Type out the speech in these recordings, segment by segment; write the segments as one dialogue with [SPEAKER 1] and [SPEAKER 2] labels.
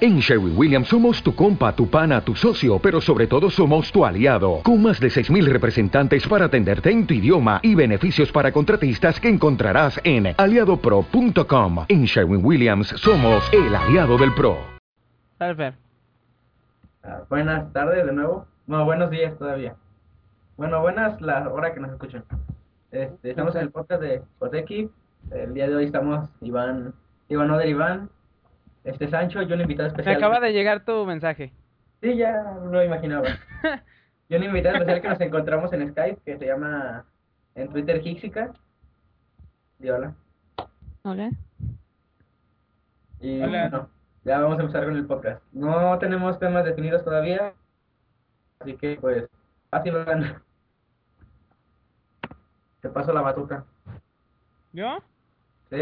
[SPEAKER 1] En Sherwin Williams somos tu compa, tu pana, tu socio, pero sobre todo somos tu aliado, con más de 6.000 representantes para atenderte en tu idioma y beneficios para contratistas que encontrarás en aliadopro.com. En Sherwin Williams somos el aliado del PRO.
[SPEAKER 2] Perfecto.
[SPEAKER 3] Ah, buenas tardes de nuevo. No, buenos días todavía. Bueno, buenas la hora que nos escuchan. Este, estamos en el podcast de Cotequi. El día de hoy estamos Iván, Iván Oder Iván, este Sancho y un invitado
[SPEAKER 2] Me
[SPEAKER 3] especial.
[SPEAKER 2] acaba de llegar tu mensaje.
[SPEAKER 3] Sí, ya lo imaginaba. y un invitado especial que nos encontramos en Skype que se llama en Twitter Hixica. Y hola.
[SPEAKER 4] Hola.
[SPEAKER 3] Y
[SPEAKER 2] Hola.
[SPEAKER 3] bueno, ya vamos a empezar con el podcast. No tenemos temas definidos todavía, así que pues, así van. Te paso la batuta.
[SPEAKER 2] ¿Yo?
[SPEAKER 3] Sí,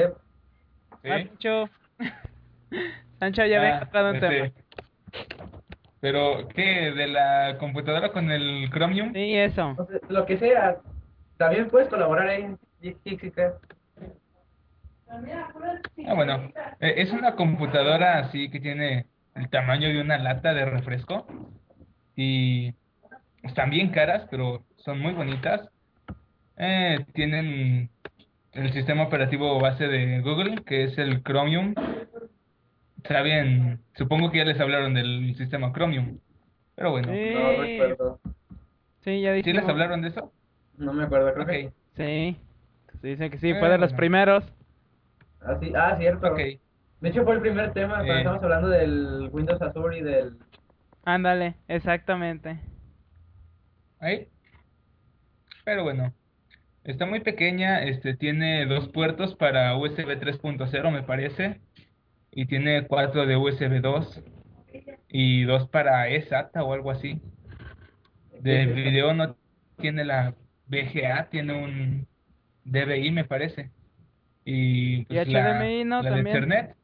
[SPEAKER 5] Sí.
[SPEAKER 2] Sancho. Sancho Ah, ya había
[SPEAKER 5] Ah,
[SPEAKER 2] encontrado un
[SPEAKER 5] este,
[SPEAKER 2] tema.
[SPEAKER 5] Pero, ¿qué? ¿De la computadora con el Chromium?
[SPEAKER 2] Sí, eso.
[SPEAKER 3] entonces, pues, lo que sea, también puedes colaborar ahí en Hixica.
[SPEAKER 5] Ah, bueno. Eh, Es una computadora así que tiene el tamaño de una lata de refresco. Y están bien caras, pero son muy bonitas. Eh, tienen el sistema operativo base de Google, que es el Chromium. Está bien. Supongo que ya les hablaron del sistema Chromium. Pero bueno.
[SPEAKER 2] Sí,
[SPEAKER 3] No recuerdo,
[SPEAKER 2] sí, ya
[SPEAKER 5] ¿Sí
[SPEAKER 2] dijimos.
[SPEAKER 5] les hablaron de eso?
[SPEAKER 3] no me acuerdo, creo
[SPEAKER 5] Ok.
[SPEAKER 3] que
[SPEAKER 2] Sí. Se dicen que sí,
[SPEAKER 5] Eh,
[SPEAKER 2] fue de los
[SPEAKER 5] bueno.
[SPEAKER 2] primeros.
[SPEAKER 3] así, ah, cierto.
[SPEAKER 5] Ok.
[SPEAKER 3] De hecho fue el primer tema cuando
[SPEAKER 5] Eh.
[SPEAKER 3] estábamos hablando del Windows Azure y del
[SPEAKER 2] Ándale, exactamente.
[SPEAKER 5] Ahí. Pero bueno, está muy pequeña, este tiene dos puertos para USB 3.0 me parece, y tiene cuatro de USB 2 y dos para E eSATA o algo así. De video no tiene la VGA, tiene un DVI me parece. Y pues la,
[SPEAKER 2] HDMI no,
[SPEAKER 5] la de
[SPEAKER 2] también.
[SPEAKER 5] Ethernet.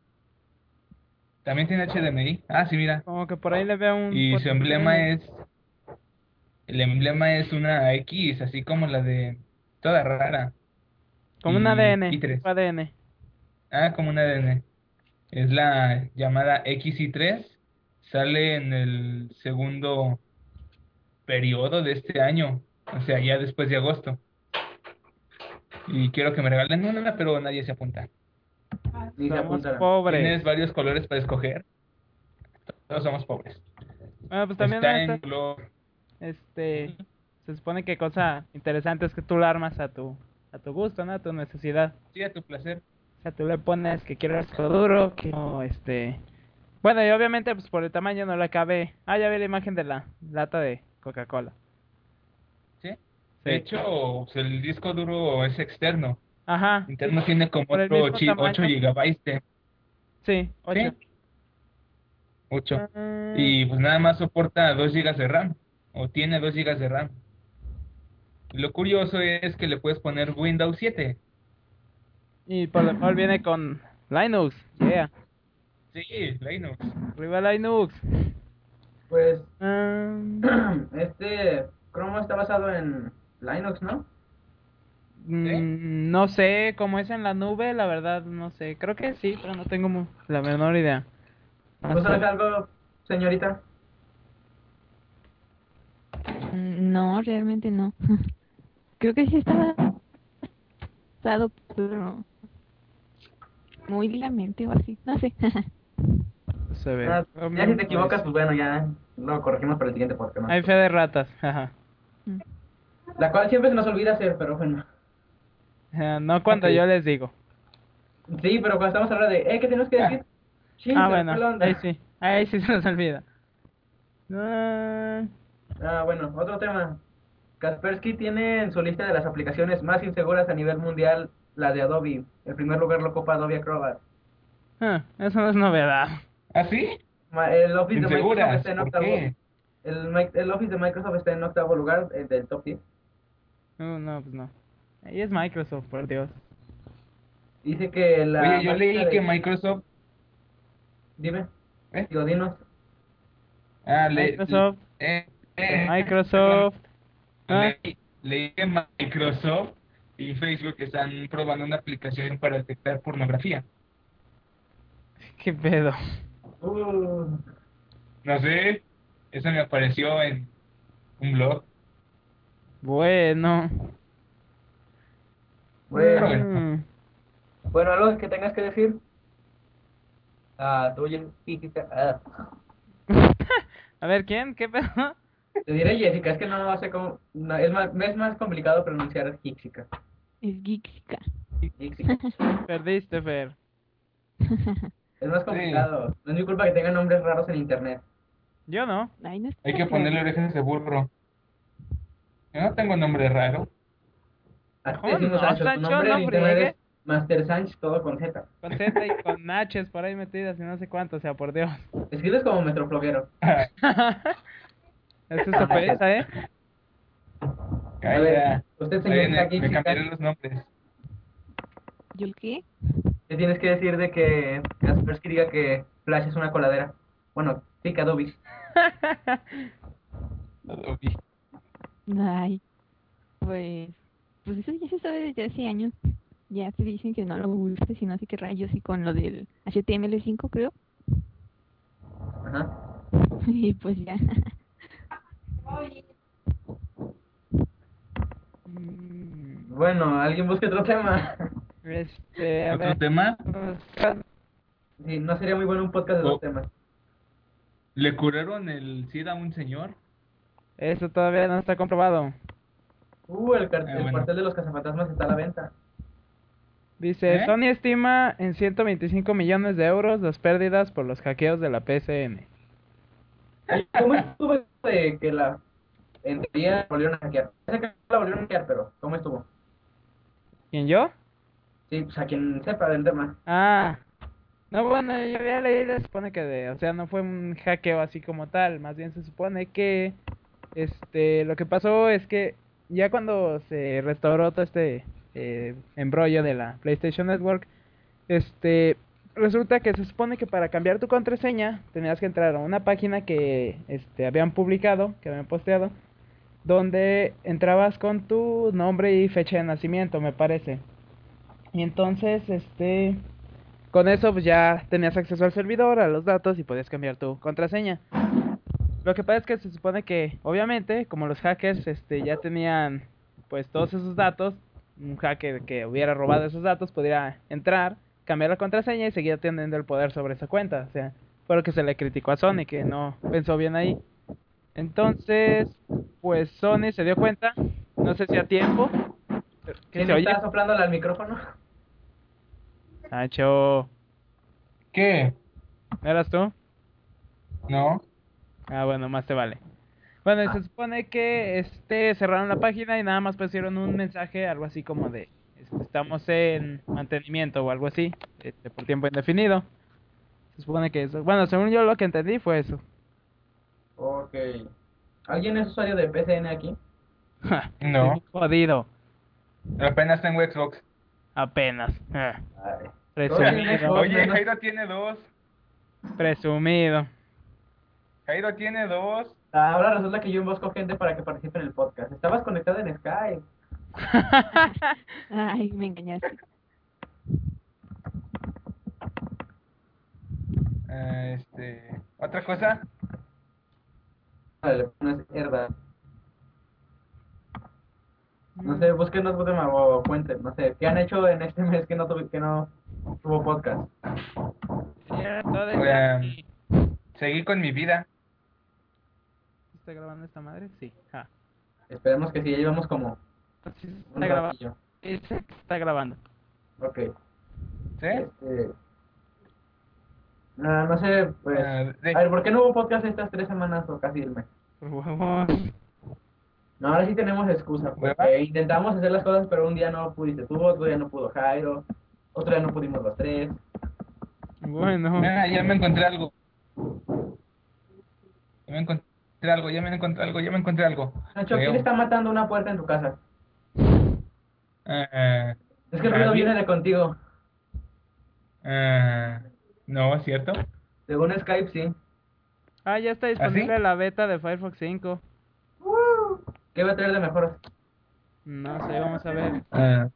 [SPEAKER 5] También tiene HDMI. Ah, sí, mira.
[SPEAKER 2] Como que por ahí le veo un...
[SPEAKER 5] Y su
[SPEAKER 2] potencial.
[SPEAKER 5] emblema es. El emblema es una X, así como la de. Toda rara.
[SPEAKER 2] Como un
[SPEAKER 5] y-
[SPEAKER 2] ADN.
[SPEAKER 5] y tres.
[SPEAKER 2] tipo ADN.
[SPEAKER 5] Ah, como una ADN. Es la llamada XI3. Sale en el segundo periodo de este año. O sea, ya después de agosto. Y quiero que me regalen una, pero nadie se apunta.
[SPEAKER 3] ni se
[SPEAKER 2] Somos
[SPEAKER 3] apunta.
[SPEAKER 2] pobres.
[SPEAKER 5] Tienes varios colores para escoger. Todos somos pobres.
[SPEAKER 2] Bueno, pues también
[SPEAKER 5] Está
[SPEAKER 2] está-
[SPEAKER 5] en color-
[SPEAKER 2] este se supone que cosa interesante es que tú lo armas a tu a tu gusto, ¿no? A tu necesidad.
[SPEAKER 5] Sí, a tu placer.
[SPEAKER 2] O sea, tú le pones que quiero esto duro, que no, este... Bueno, y obviamente, pues por el tamaño no le cabe... Ah, ya vi la imagen de la lata de Coca-Cola.
[SPEAKER 5] ¿Sí?
[SPEAKER 2] Sí.
[SPEAKER 5] De hecho, pues, el disco duro es externo.
[SPEAKER 2] Ajá,
[SPEAKER 5] Interno tiene como
[SPEAKER 2] Por el
[SPEAKER 5] otro
[SPEAKER 2] mismo
[SPEAKER 5] chi-
[SPEAKER 2] tamaño.
[SPEAKER 5] 8 GB de
[SPEAKER 2] sí, ocho.
[SPEAKER 5] 8.
[SPEAKER 2] Ah,
[SPEAKER 5] Y pues nada más soporta 2 GB de RAM. O tiene 2 GB de RAM. Lo curioso es que le puedes poner Windows 7.
[SPEAKER 2] Y por lo mejor viene con Linux, yeah.
[SPEAKER 5] Sí, Linux.
[SPEAKER 2] Arriba Linux.
[SPEAKER 3] Pues
[SPEAKER 2] Ah,
[SPEAKER 3] este Chrome está basado en Linux, ¿no?
[SPEAKER 2] mm, no sé cómo es en la nube, la verdad, no sé. Creo que sí, pero no tengo mu- la menor idea. Ah,
[SPEAKER 3] ¿Vos sabes algo, señorita?
[SPEAKER 4] Mm, No, realmente no. Creo que sí estaba dado, pero muy lamente o así, no sé.
[SPEAKER 2] Se ve.
[SPEAKER 3] Ah, ya
[SPEAKER 2] mm,
[SPEAKER 3] si te equivocas, pues bueno, ya lo corregimos para el siguiente podcast. ¿no?
[SPEAKER 2] Hay fe de ratas, ajá.
[SPEAKER 4] Mm,
[SPEAKER 3] La cual siempre se nos olvida hacer, pero bueno.
[SPEAKER 2] Eh, No cuando
[SPEAKER 5] Ok.
[SPEAKER 2] yo les digo.
[SPEAKER 3] Sí, pero cuando estamos hablando de, eh, ¿qué tenemos que decir? Chin,
[SPEAKER 2] Ah,
[SPEAKER 3] se me
[SPEAKER 2] bueno,
[SPEAKER 3] fue la onda.
[SPEAKER 2] ahí sí. Ahí sí se nos olvida. Ah,
[SPEAKER 3] Ah, bueno, otro tema. Kaspersky tiene en su lista de las aplicaciones más inseguras a nivel mundial la de Adobe. En primer lugar lo copa Adobe Acrobat.
[SPEAKER 2] ah, eso no es novedad.
[SPEAKER 5] ¿Ah, sí?
[SPEAKER 3] Ma- El Office de Microsoft
[SPEAKER 5] ¿Inseguras?
[SPEAKER 3] está en
[SPEAKER 5] ¿Por
[SPEAKER 3] octavo.
[SPEAKER 5] qué?
[SPEAKER 3] El, mic- el Office de Microsoft está en octavo lugar eh, del top 10.
[SPEAKER 2] No, no, pues no. Ahí es Microsoft, por Dios.
[SPEAKER 3] Dice que la...
[SPEAKER 5] Oye, yo leí
[SPEAKER 3] máquina
[SPEAKER 5] que
[SPEAKER 3] de-
[SPEAKER 5] Microsoft.
[SPEAKER 3] Dime,
[SPEAKER 5] ¿Eh?
[SPEAKER 3] digo, dinos.
[SPEAKER 5] Ah, le-
[SPEAKER 2] Microsoft.
[SPEAKER 5] eh, eh,
[SPEAKER 2] Microsoft. Ah,
[SPEAKER 5] Leí, leí que Microsoft y Facebook están probando una aplicación para detectar pornografía.
[SPEAKER 2] qué pedo.
[SPEAKER 3] Uh,
[SPEAKER 5] No sé, eso me apareció en un blog.
[SPEAKER 2] Bueno.
[SPEAKER 3] bueno,
[SPEAKER 2] Mm.
[SPEAKER 3] bueno, algo que tengas que decir. Ah, tú, Jen- Jessica. ah,
[SPEAKER 2] A ver, ¿quién? ¿Qué pedo?
[SPEAKER 3] te diré Jessica, es que no sé cómo. no, es, más, me es más complicado pronunciar Jixica.
[SPEAKER 4] Es geeksica.
[SPEAKER 3] Jixica.
[SPEAKER 2] Perdiste, Fer.
[SPEAKER 3] Es más complicado. No es mi culpa que tengan nombres raros en internet.
[SPEAKER 2] Yo no.
[SPEAKER 4] Ay, no está
[SPEAKER 5] Hay que
[SPEAKER 4] raro.
[SPEAKER 5] ponerle orejas de burro. Yo no tengo nombre raro.
[SPEAKER 3] Así
[SPEAKER 2] No,
[SPEAKER 3] te decimos
[SPEAKER 2] no,
[SPEAKER 3] Sancho. Tu
[SPEAKER 2] Sancho,
[SPEAKER 3] nombre
[SPEAKER 2] no
[SPEAKER 3] en internet
[SPEAKER 2] friegue.
[SPEAKER 3] es Master Sancho, todo con Z.
[SPEAKER 2] Con Z y con Naches por ahí metidas y no sé cuánto, o sea, por Dios.
[SPEAKER 3] Escribes como metrofloguero.
[SPEAKER 2] Eso
[SPEAKER 5] Ah,
[SPEAKER 2] es ofensa, ¿eh?
[SPEAKER 3] A ver,
[SPEAKER 5] Calla.
[SPEAKER 3] usted,
[SPEAKER 5] Ahí
[SPEAKER 3] señor
[SPEAKER 5] en el-
[SPEAKER 3] Jaque,
[SPEAKER 5] me
[SPEAKER 3] chica,
[SPEAKER 5] cambiaron los nombres.
[SPEAKER 4] ¿Yo el qué?
[SPEAKER 3] ¿qué tienes que decir de que Kaspersky diga que Flash es una coladera? Bueno, pica Dobby.
[SPEAKER 5] Adobe.
[SPEAKER 4] Ay, pues, pues eso ya se sabe desde hace años. Ya te dicen que no lo uses y no sé qué rayos y con lo del HTML5 creo.
[SPEAKER 3] Ajá.
[SPEAKER 4] Y pues ya.
[SPEAKER 2] Mm,
[SPEAKER 3] Bueno, alguien busque otro tema.
[SPEAKER 2] Este, a
[SPEAKER 5] Otro
[SPEAKER 2] ver.
[SPEAKER 5] tema,
[SPEAKER 2] busca-
[SPEAKER 3] Sí, no sería muy bueno un podcast de
[SPEAKER 5] Oh.
[SPEAKER 3] dos temas.
[SPEAKER 5] ¿le curaron el SIDA a un señor?
[SPEAKER 2] Eso todavía no está comprobado.
[SPEAKER 3] Uh, el, cartel,
[SPEAKER 5] Ah, bueno.
[SPEAKER 3] cartel de los cazafantasmas está a la venta.
[SPEAKER 2] Dice,
[SPEAKER 5] ¿Eh?
[SPEAKER 2] Sony estima en 125 millones de euros las pérdidas por los hackeos de la PCN.
[SPEAKER 3] ¿Cómo estuvo eso de que la en teoría volvieron a hackear? Sé que no la volvieron a hackear, pero ¿cómo estuvo?
[SPEAKER 2] ¿Quién yo?
[SPEAKER 3] Sí, pues a quien sepa del tema.
[SPEAKER 2] Ah. No, bueno, yo había leído, se supone que de, o sea, no fue un hackeo así como tal, más bien se supone que, este, lo que pasó es que ya cuando se restauró todo este eh, embrollo de la PlayStation Network, este, resulta que se supone que para cambiar tu contraseña tenías que entrar a una página que, este, habían publicado, que habían posteado, donde entrabas con tu nombre y fecha de nacimiento, me parece. Y entonces, este, con eso pues ya tenías acceso al servidor, a los datos y podías cambiar tu contraseña. Lo que pasa es que se supone que, obviamente, como los hackers, este, ya tenían, pues, todos esos datos, un hacker que hubiera robado esos datos podría entrar, cambiar la contraseña y seguir teniendo el poder sobre esa cuenta. O sea, fue lo que se le criticó a Sony, que no pensó bien ahí. Entonces, pues Sony se dio cuenta, no sé si a tiempo, que
[SPEAKER 3] ¿Quién
[SPEAKER 2] se oye. Ah,
[SPEAKER 3] está soplándole al micrófono?
[SPEAKER 2] Nacho,
[SPEAKER 5] ¿Qué?
[SPEAKER 2] ¿no eras tú?
[SPEAKER 5] No.
[SPEAKER 2] Ah, bueno, más te vale. Bueno, y
[SPEAKER 3] Ah.
[SPEAKER 2] se supone que este cerraron la página y nada más pusieron un mensaje, algo así como de este, estamos en mantenimiento o algo así, este, por tiempo indefinido. Se supone que eso. Bueno, según yo lo que entendí fue eso.
[SPEAKER 3] Ok. ¿Alguien es usuario de PCN aquí?
[SPEAKER 2] Ja,
[SPEAKER 5] No.
[SPEAKER 2] estoy Jodido,
[SPEAKER 5] Apenas tengo Xbox.
[SPEAKER 2] apenas. Ah,
[SPEAKER 3] Ay.
[SPEAKER 2] Presumido,
[SPEAKER 3] Xbox.
[SPEAKER 5] Oye, Jairo tiene dos.
[SPEAKER 2] presumido.
[SPEAKER 5] Jairo tiene dos.
[SPEAKER 3] Ahora resulta que yo busco gente para que participe en el podcast. Estabas conectado en Skype.
[SPEAKER 4] Ay, me engañaste.
[SPEAKER 5] Eh, este, otra cosa.
[SPEAKER 3] Vale, no es herda. No sé, pues, busquen otro tema o cuenten, no sé, ¿qué han hecho en este mes que no tuve, que no tuvo podcast?
[SPEAKER 2] Ya, todo
[SPEAKER 5] Eh, seguí con mi vida.
[SPEAKER 2] ¿Está grabando esta madre? Sí. ja.
[SPEAKER 3] Esperemos que sí, ya llevamos como
[SPEAKER 2] Sí, se
[SPEAKER 3] un
[SPEAKER 2] está grabando.
[SPEAKER 3] ratillo.
[SPEAKER 2] Sí, se Está grabando.
[SPEAKER 3] Ok.
[SPEAKER 5] ¿Eh? ¿Sí?
[SPEAKER 3] Este, no, no sé, pues,
[SPEAKER 5] Ah, de-
[SPEAKER 3] a ver, ¿por qué no hubo podcast estas tres semanas o casi el mes?
[SPEAKER 2] Por favor.
[SPEAKER 3] No, ahora sí tenemos excusa, porque
[SPEAKER 5] ¿Verdad?
[SPEAKER 3] intentamos hacer las cosas, pero un día no pudiste tú, otro día no pudo Jairo, otro día no pudimos los tres.
[SPEAKER 2] Bueno.
[SPEAKER 5] Ah, ya me encontré algo. Ya me encontré algo, ya me encontré algo, ya me encontré algo.
[SPEAKER 3] Nacho,
[SPEAKER 5] Creo.
[SPEAKER 3] ¿quién está matando una puerta en tu casa?
[SPEAKER 5] Eh,
[SPEAKER 3] Es que el ruido
[SPEAKER 5] Nadie.
[SPEAKER 3] viene de contigo.
[SPEAKER 5] eh, no, ¿es cierto?
[SPEAKER 3] Según Skype, sí.
[SPEAKER 2] Ah, ya está disponible la beta de Firefox 5.
[SPEAKER 3] ¿Qué va a traer de mejor?
[SPEAKER 2] No sé, vamos a ver.
[SPEAKER 5] Eh,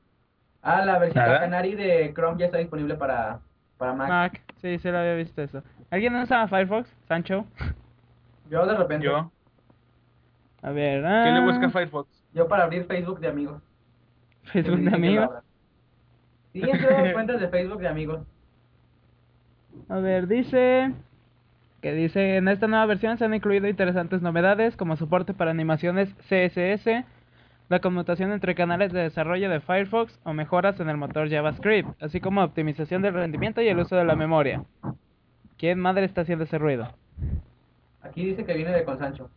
[SPEAKER 3] Ah, la versión
[SPEAKER 5] Nada.
[SPEAKER 3] Canary de Chrome ya está disponible para, para Mac.
[SPEAKER 2] Mac, sí, sí lo había visto eso. ¿Alguien usa Firefox? ¿Sancho?
[SPEAKER 3] Yo de repente.
[SPEAKER 5] Yo.
[SPEAKER 2] A ver.
[SPEAKER 5] ¿Qué le
[SPEAKER 2] ah,
[SPEAKER 5] busca Firefox?
[SPEAKER 3] Yo para abrir Facebook de amigos.
[SPEAKER 2] Facebook
[SPEAKER 3] Dice
[SPEAKER 2] de
[SPEAKER 3] que lo
[SPEAKER 2] amigos.
[SPEAKER 3] abra. Sí, entro en cuentas de Facebook de amigos.
[SPEAKER 2] A ver, dice que dice en esta nueva versión se han incluido interesantes novedades como soporte para animaciones CSS, la conmutación entre canales de desarrollo de Firefox o mejoras en el motor JavaScript, así como optimización del rendimiento y el uso de la memoria. ¿Quién madre está haciendo ese ruido?
[SPEAKER 3] Aquí dice que viene de con Sancho.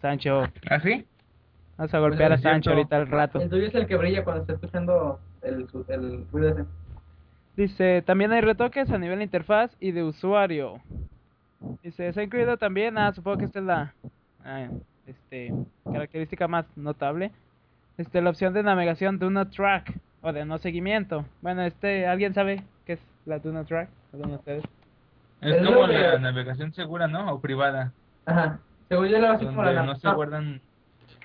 [SPEAKER 2] Sancho,
[SPEAKER 5] ¿Ah, sí?
[SPEAKER 2] vas a golpear a
[SPEAKER 5] es cierto.
[SPEAKER 2] Sancho ahorita al rato.
[SPEAKER 3] El tuyo es el que brilla cuando está escuchando el, su- el ruido ese.
[SPEAKER 2] Dice, también hay retoques a nivel de interfaz y de usuario. Dice, se ha incluido también, ah, supongo que esta es la ah, este, característica más notable, este, la opción de navegación de uno track o de no seguimiento. Bueno, este, ¿alguien sabe qué es la do no track? ¿Alguno de ustedes?
[SPEAKER 5] Es
[SPEAKER 3] Es
[SPEAKER 5] como
[SPEAKER 3] lo que-
[SPEAKER 5] la navegación segura, ¿no? O privada.
[SPEAKER 3] Ajá. Según yo lo así como
[SPEAKER 5] Donde
[SPEAKER 3] la
[SPEAKER 5] no se guardan.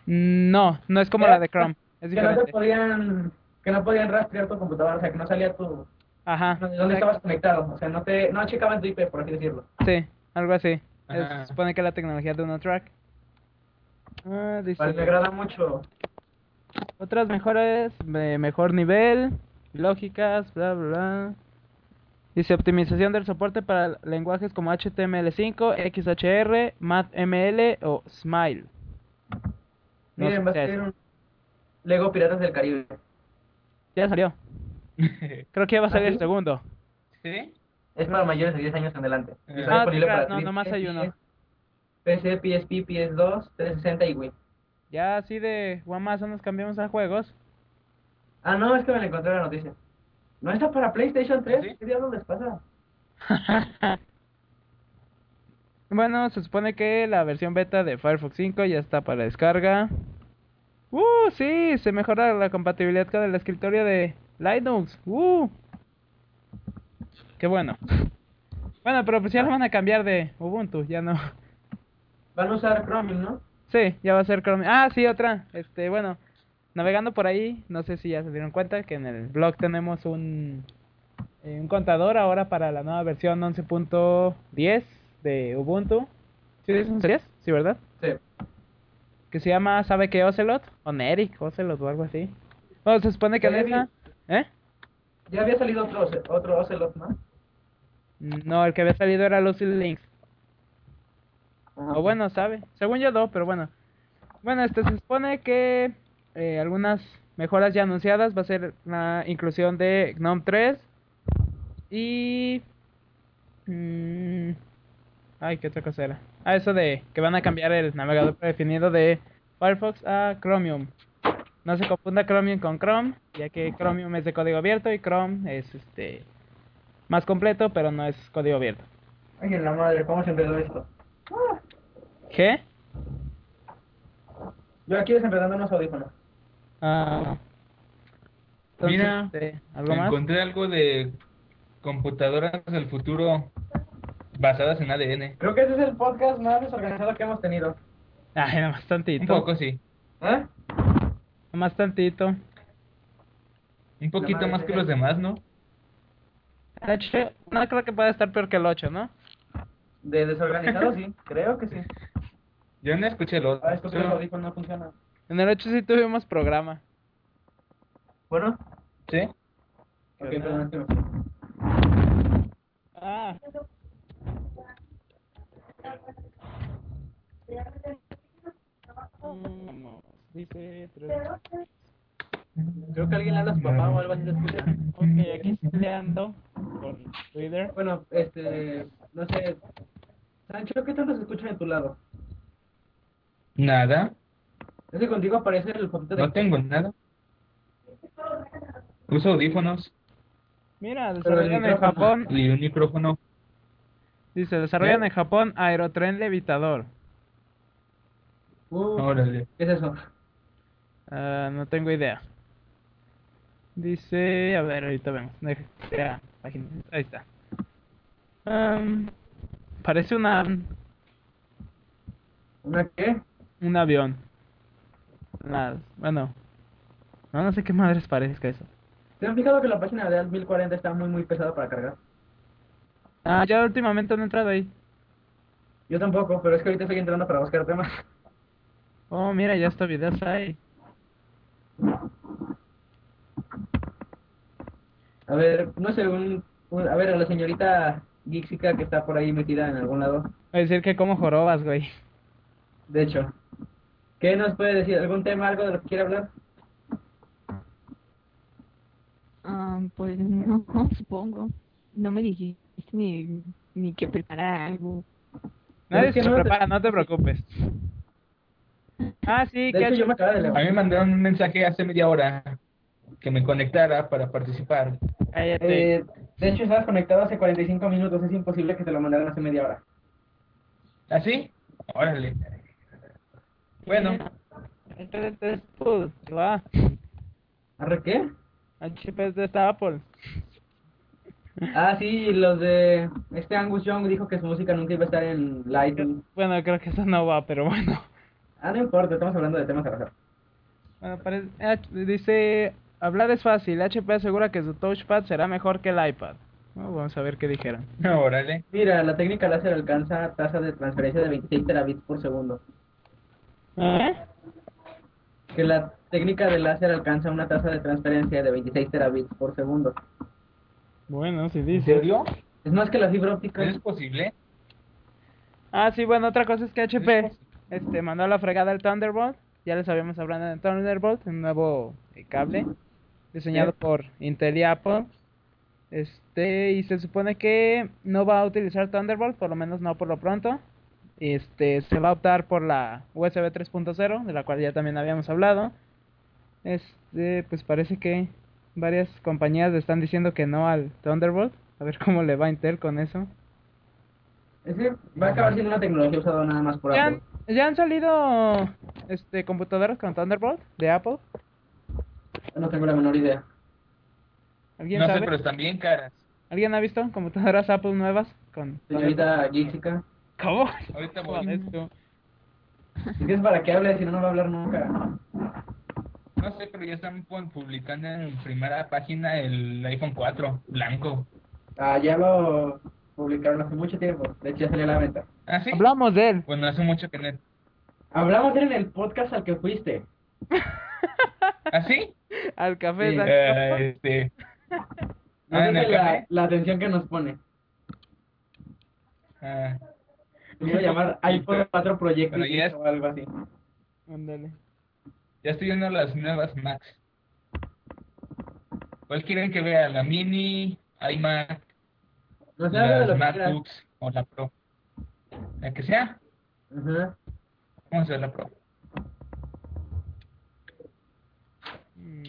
[SPEAKER 2] No, no es como la de Chrome, es
[SPEAKER 3] que no te
[SPEAKER 2] diferente.
[SPEAKER 3] podían que no podían rastrear tu computadora, o sea, que no salía tu
[SPEAKER 2] Ajá,
[SPEAKER 3] no- dónde estabas conectado, o sea, no te no checaban tu IP, por así decirlo.
[SPEAKER 2] sí, algo así. Es- se
[SPEAKER 5] Ajá.
[SPEAKER 2] supone que es la tecnología de uno track. Ah, dice,
[SPEAKER 3] Vale, Pues me agrada mucho.
[SPEAKER 2] Otras mejores, de mejor nivel, lógicas, bla, bla, bla. Dice optimización del soporte para lenguajes como HTML5, XHR, MATML o Smile. No
[SPEAKER 3] Miren,
[SPEAKER 2] sé
[SPEAKER 3] va a
[SPEAKER 2] qué es.
[SPEAKER 3] ser un Lego Piratas del Caribe.
[SPEAKER 2] Ya salió. Creo que ya va a salir el
[SPEAKER 3] ¿Ah, sí?
[SPEAKER 2] segundo.
[SPEAKER 5] ¿Sí?
[SPEAKER 3] Es para mayores de 10 años en adelante. Y está
[SPEAKER 5] Ah, te
[SPEAKER 2] Ah,
[SPEAKER 3] disponible
[SPEAKER 2] claro,
[SPEAKER 3] para
[SPEAKER 2] no,
[SPEAKER 3] Switch,
[SPEAKER 2] nomás hay uno.
[SPEAKER 3] PC, PSP, PS2, 360 y Wii.
[SPEAKER 2] Ya así de one más o nos cambiamos a juegos.
[SPEAKER 3] Ah, no, es que me la encontré en la noticia. ¿No está para PlayStation 3?
[SPEAKER 5] ¿Sí?
[SPEAKER 3] ¿Qué diablos les pasa?
[SPEAKER 2] Bueno, se supone que la versión beta de Firefox 5 ya está para descarga. ¡Uh! Sí, se mejora la compatibilidad con el escritorio de Linux. ¡Uh! ¡Qué bueno! Bueno, pero pues ya lo van a cambiar de Ubuntu, ya no.
[SPEAKER 3] Van a usar Chrome, ¿no?
[SPEAKER 2] Sí, ya va a ser Chrome. Ah, sí, otra. Este, bueno, navegando por ahí, no sé si ya se dieron cuenta que en el blog tenemos un, eh, un contador ahora para la nueva versión 11.10 de Ubuntu. ¿Sí es 11.10? Sí, ¿verdad?
[SPEAKER 3] Sí.
[SPEAKER 2] que se llama, ¿sabe qué? Ocelot, o Neric, Ocelot o algo así. Bueno, se supone que en
[SPEAKER 3] Neric.
[SPEAKER 2] esa, ¿eh?
[SPEAKER 3] Ya había salido otro, Oce- otro Ocelot, ¿no?
[SPEAKER 2] No, el que había salido era Lucy Links. O Ah, bueno, sabe. Según yo no, pero bueno. Bueno, este se supone que eh, algunas mejoras ya anunciadas va a ser la inclusión de GNOME 3 y mm, ay, qué otra cosa era. Ah, eso de que van a cambiar el navegador predefinido de Firefox a Chromium. No se confunda Chromium con Chrome, ya que Chromium es de código abierto y Chrome es este más completo, pero no es código abierto.
[SPEAKER 3] Ay, en la madre, ¿cómo se empezó esto?
[SPEAKER 2] ¿Qué?
[SPEAKER 3] Yo aquí desempedando unos audífonos.
[SPEAKER 2] Ah. Entonces,
[SPEAKER 5] Mira,
[SPEAKER 2] este, ¿algo más?
[SPEAKER 5] Encontré algo de computadoras del futuro basadas en ADN.
[SPEAKER 3] Creo que ese es el podcast más desorganizado que hemos tenido.
[SPEAKER 2] Ay, nada Ah, más
[SPEAKER 5] Un
[SPEAKER 2] tantito.
[SPEAKER 5] poco, sí.
[SPEAKER 3] ¿Eh?
[SPEAKER 2] Nada más tantito.
[SPEAKER 5] Un poquito
[SPEAKER 3] madre
[SPEAKER 5] más
[SPEAKER 3] de
[SPEAKER 5] que los
[SPEAKER 3] gente.
[SPEAKER 5] demás, ¿no?
[SPEAKER 2] De hecho, no creo que pueda estar peor que el 8, ¿no?
[SPEAKER 3] De desorganizado, sí. Creo que sí.
[SPEAKER 5] Yo no escuché el
[SPEAKER 3] Ah, es que los
[SPEAKER 5] otro.
[SPEAKER 3] audífonos no funcionan.
[SPEAKER 2] En el 8 sí tuvimos programa.
[SPEAKER 3] Bueno.
[SPEAKER 5] ¿Sí?
[SPEAKER 3] Ok, perdón, es que me-
[SPEAKER 2] Ah. Vamos, Mm, dice tres.
[SPEAKER 3] Creo que alguien le habla a su papá o algo así se escucha.
[SPEAKER 2] Ok, aquí estoy leando por Twitter.
[SPEAKER 3] Bueno, este, no sé. Sancho, ¿qué tanto se escucha de tu lado?
[SPEAKER 5] Nada.
[SPEAKER 3] Es que contigo aparece el poquito de...
[SPEAKER 5] No tengo nada. Uso audífonos
[SPEAKER 2] Mira,
[SPEAKER 3] Pero el
[SPEAKER 2] desarrollan en
[SPEAKER 3] micrófono.
[SPEAKER 2] Japón.
[SPEAKER 5] y un micrófono.
[SPEAKER 2] Dice, desarrollan
[SPEAKER 5] ¿Eh?
[SPEAKER 2] en Japón aerotren levitador.
[SPEAKER 3] Uh,
[SPEAKER 5] Órale.
[SPEAKER 3] ¿Qué es eso?
[SPEAKER 2] Ah, no tengo idea. Dice, a ver, ahorita vemos. Deja- ya, página. Ahí está. Am, parece una,
[SPEAKER 3] ¿Una qué?
[SPEAKER 2] un avión. Nada, bueno, no, no sé qué madres parezca eso.
[SPEAKER 3] ¿Se han fijado que la página de Alt 1040 está muy, muy pesada para cargar?
[SPEAKER 2] Ah, ya últimamente no he entrado ahí.
[SPEAKER 3] Yo tampoco, pero es que ahorita estoy entrando para buscar temas.
[SPEAKER 2] Oh, mira, ya estos videos hay.
[SPEAKER 3] A ver, no sé, un, un- a ver, a la señorita Gixica que está por ahí metida en algún lado.
[SPEAKER 2] Voy a decir que como jorobas, güey.
[SPEAKER 3] De hecho, ¿qué nos puede decir? ¿Algún tema, algo de lo que quiera hablar?
[SPEAKER 4] Ah, pues no, supongo. No me dijiste ni, ni que preparara algo.
[SPEAKER 2] Nadie
[SPEAKER 3] Es que
[SPEAKER 2] se
[SPEAKER 3] no te-
[SPEAKER 2] prepara, no te preocupes. Ah, sí,
[SPEAKER 3] De
[SPEAKER 2] que ha
[SPEAKER 3] hecho, yo
[SPEAKER 2] hecho?
[SPEAKER 3] me acabo de
[SPEAKER 5] A mí me
[SPEAKER 3] levantar.
[SPEAKER 5] mandaron un mensaje hace media hora que me conectara para participar.
[SPEAKER 2] Cállate.
[SPEAKER 3] Eh, de hecho, estabas conectado hace 45 minutos, es imposible que te lo mandaran hace media hora.
[SPEAKER 5] ¿Ah, sí? Órale. Bueno,
[SPEAKER 2] Entonces, es Apple, va.
[SPEAKER 3] ¿Arre qué?
[SPEAKER 2] El chip Ah, es de esta Apple.
[SPEAKER 3] Ah, sí, los de... Este Angus Young dijo que su música nunca iba a estar en live.
[SPEAKER 2] Bueno, creo que eso no va, pero bueno.
[SPEAKER 3] Ah, no importa, estamos hablando de temas al azar.
[SPEAKER 2] Bueno, parece- eh, dice, hablar es fácil, HP asegura que su touchpad será mejor que el iPad. Bueno, vamos a ver qué dijeron.
[SPEAKER 5] órale.
[SPEAKER 3] Mira, la técnica láser alcanza tasa de transferencia de 26 terabits por segundo.
[SPEAKER 5] ¿Eh?
[SPEAKER 3] Que la técnica de láser alcanza una tasa de transferencia de 26 terabits por segundo.
[SPEAKER 2] Bueno, sí
[SPEAKER 5] ¿En
[SPEAKER 2] dice.
[SPEAKER 5] serio?
[SPEAKER 3] Es más que la fibra óptica.
[SPEAKER 5] ¿Es posible?
[SPEAKER 2] Ah, sí, bueno, otra cosa es que HP este, mandó a la fregada el Thunderbolt. Ya les habíamos hablado del Thunderbolt, un nuevo eh, cable diseñado
[SPEAKER 3] Sí.
[SPEAKER 2] por Intel y Apple. Este, y se supone que no va a utilizar Thunderbolt, por lo menos no por lo pronto. Este, se va a optar por la USB 3.0, de la cual ya también habíamos hablado. Este, pues parece que varias compañías están diciendo que no al Thunderbolt. A ver cómo le va a Intel con eso.
[SPEAKER 3] Es que va a acabar siendo una tecnología usada nada más por
[SPEAKER 2] ¿Ya
[SPEAKER 3] Apple.
[SPEAKER 2] han, ya han salido este computadoras con Thunderbolt de Apple?
[SPEAKER 3] No tengo la menor idea.
[SPEAKER 2] ¿Alguien
[SPEAKER 5] No sé,
[SPEAKER 2] sabe?
[SPEAKER 5] pero están bien caras.
[SPEAKER 2] ¿Alguien ha visto computadoras Apple nuevas con
[SPEAKER 3] Señorita Gixica.
[SPEAKER 2] ¿Cómo?
[SPEAKER 5] Ahorita
[SPEAKER 2] ¿Cómo
[SPEAKER 5] voy.
[SPEAKER 2] ves tú?
[SPEAKER 3] Es que es para que hable, si no, no va a hablar nunca.
[SPEAKER 5] No sé, pero ya están pon- publicando en primera página el iPhone 4 blanco.
[SPEAKER 3] Ah, ya lo publicaron hace mucho tiempo. De hecho, ya salió a la venta.
[SPEAKER 5] ¿Ah, sí?
[SPEAKER 2] Hablamos de él.
[SPEAKER 5] Bueno, hace mucho que no.
[SPEAKER 3] Hablamos de él en el podcast al que fuiste.
[SPEAKER 5] ¿Ah, sí?
[SPEAKER 2] Al café.
[SPEAKER 3] Sí.
[SPEAKER 2] Dani.
[SPEAKER 5] Eh, este.
[SPEAKER 3] No
[SPEAKER 5] Ah,
[SPEAKER 3] sé
[SPEAKER 5] ¿en el
[SPEAKER 3] la,
[SPEAKER 5] café?
[SPEAKER 3] la atención que nos pone.
[SPEAKER 5] Ah,
[SPEAKER 3] Lo iba a llamar iPhone 4 Project
[SPEAKER 5] Pero ya es-
[SPEAKER 3] o algo así.
[SPEAKER 2] Ándale.
[SPEAKER 5] ya estoy viendo las nuevas Macs. ¿Cuál quieren que vea? ¿La Mini, iMac,
[SPEAKER 3] No sé, habla Pues, de lo
[SPEAKER 5] las
[SPEAKER 3] que quieras.
[SPEAKER 5] MacBooks o la Pro? La que sea.
[SPEAKER 3] Ajá.
[SPEAKER 5] Vamos a ver la Pro.
[SPEAKER 2] Mm,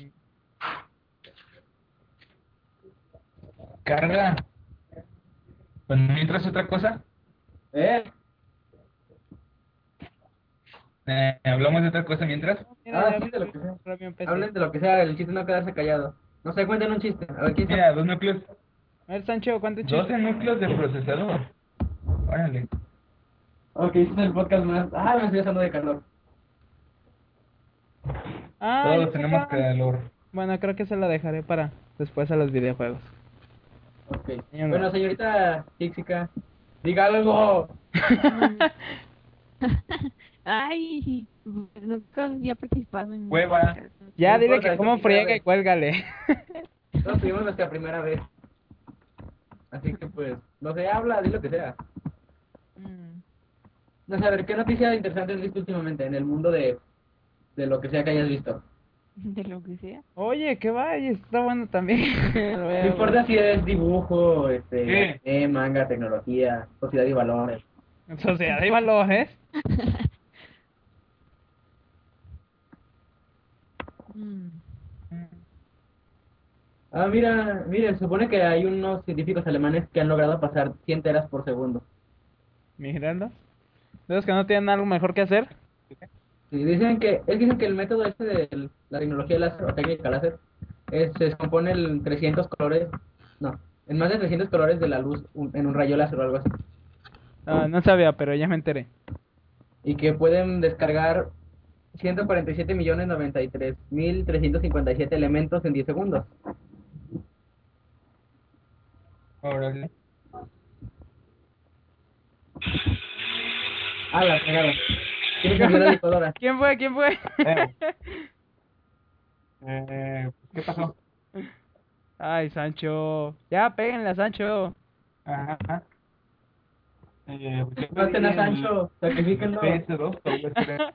[SPEAKER 5] Carga. Bueno, mientras otra cosa.
[SPEAKER 3] ¿Eh?
[SPEAKER 5] Eh, hablamos de otra cosa mientras.
[SPEAKER 2] mira,
[SPEAKER 3] Ah,
[SPEAKER 2] ya
[SPEAKER 3] sí,
[SPEAKER 2] vi
[SPEAKER 3] de lo
[SPEAKER 2] tu
[SPEAKER 3] que sea.
[SPEAKER 2] propio
[SPEAKER 5] Pues
[SPEAKER 2] PC.
[SPEAKER 3] Hablen de lo que sea, el chiste no quedarse callado. No sé, cuenten un chiste. A ver, ¿quién
[SPEAKER 5] Mira, dos núcleos,
[SPEAKER 2] A ver, Sancho, ¿cuánto chiste?
[SPEAKER 5] 12 núcleos de procesador. Órale.
[SPEAKER 3] Ok, este es el podcast más... Ah, me estoy asando de calor.
[SPEAKER 2] Ah, ya
[SPEAKER 5] Todos tenemos
[SPEAKER 2] sacaron.
[SPEAKER 5] calor.
[SPEAKER 2] Bueno, creo que se lo dejaré para después a los videojuegos.
[SPEAKER 3] Ok.
[SPEAKER 2] Señor.
[SPEAKER 3] Bueno, señorita Gixica, diga algo.
[SPEAKER 4] Ay, pues nunca había participado en...
[SPEAKER 5] Hueva.
[SPEAKER 2] Ya,
[SPEAKER 3] No
[SPEAKER 2] dile
[SPEAKER 3] importa,
[SPEAKER 2] que como
[SPEAKER 3] es tu primera
[SPEAKER 2] friega y
[SPEAKER 3] vez.
[SPEAKER 2] cuélgale.
[SPEAKER 3] Todos tuvimos nuestra primera vez. Así que pues, no sé, habla, di lo que sea.
[SPEAKER 4] Mm,
[SPEAKER 3] No sé, a ver, ¿qué noticia interesante has visto últimamente en el mundo de, de lo que sea que hayas visto?
[SPEAKER 4] De lo que sea.
[SPEAKER 2] Oye, que vaya, está bueno también. Lo voy a-
[SPEAKER 3] No importa si es dibujo, este,
[SPEAKER 5] Sí.
[SPEAKER 3] eh, manga, tecnología, sociedad y valores.
[SPEAKER 2] Sociedad de valores.
[SPEAKER 4] Mm,
[SPEAKER 3] Ah, mira, miren, se supone que hay unos científicos alemanes que han logrado pasar 100 teras por segundo.
[SPEAKER 2] Mirando. De los que no tienen algo mejor que hacer.
[SPEAKER 3] Sí, dicen que, es que dicen que el método este de la tecnología láser o técnica láser es- se descompone en 300 colores, no, en más de 300 colores de la luz un- en un rayo láser o algo así.
[SPEAKER 2] Ah, no sabía, pero ya me enteré.
[SPEAKER 3] Y que pueden descargar 147.093.357 elementos en 10 segundos.
[SPEAKER 5] Órale.
[SPEAKER 3] Ah, la fregada. Tiene que cambiar la licuadora.
[SPEAKER 2] ¿Quién fue? ¿Quién fue?
[SPEAKER 5] Eh. Eh, ¿Qué pasó?
[SPEAKER 2] Ay, Sancho. Ya, péguenle a Sancho.
[SPEAKER 5] Ajá. Eh, pues, yo
[SPEAKER 3] Maten a
[SPEAKER 5] pedí el-
[SPEAKER 3] Sancho, sacrifíquenlo.
[SPEAKER 5] PS2 o PS3.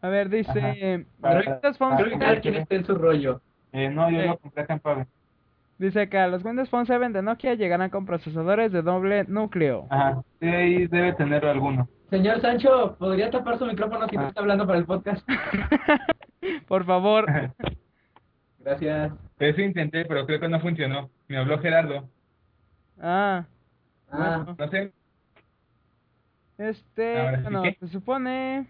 [SPEAKER 2] A ver, dice. eh,
[SPEAKER 5] Ajá.
[SPEAKER 2] Droiditas Phone
[SPEAKER 5] Ah,
[SPEAKER 3] Creo que cada quien esté en su rollo.
[SPEAKER 5] Eh, no, yo
[SPEAKER 2] Sí.
[SPEAKER 5] lo compré acá en Pavel.
[SPEAKER 2] Dice acá, los Windows Phone 7 de Nokia llegarán con procesadores de doble núcleo.
[SPEAKER 3] Ah.
[SPEAKER 5] Ajá, sí, ahí debe tener alguno.
[SPEAKER 3] Señor Sancho, ¿podría tapar su micrófono si no está hablando para el podcast?
[SPEAKER 2] Por favor.
[SPEAKER 3] Gracias.
[SPEAKER 5] Eso intenté, pero creo que no funcionó. Me habló Gerardo.
[SPEAKER 2] Ah,
[SPEAKER 3] Ah,
[SPEAKER 5] No sé,
[SPEAKER 2] este,
[SPEAKER 5] Ahora sí
[SPEAKER 2] bueno,
[SPEAKER 5] que-
[SPEAKER 2] se supone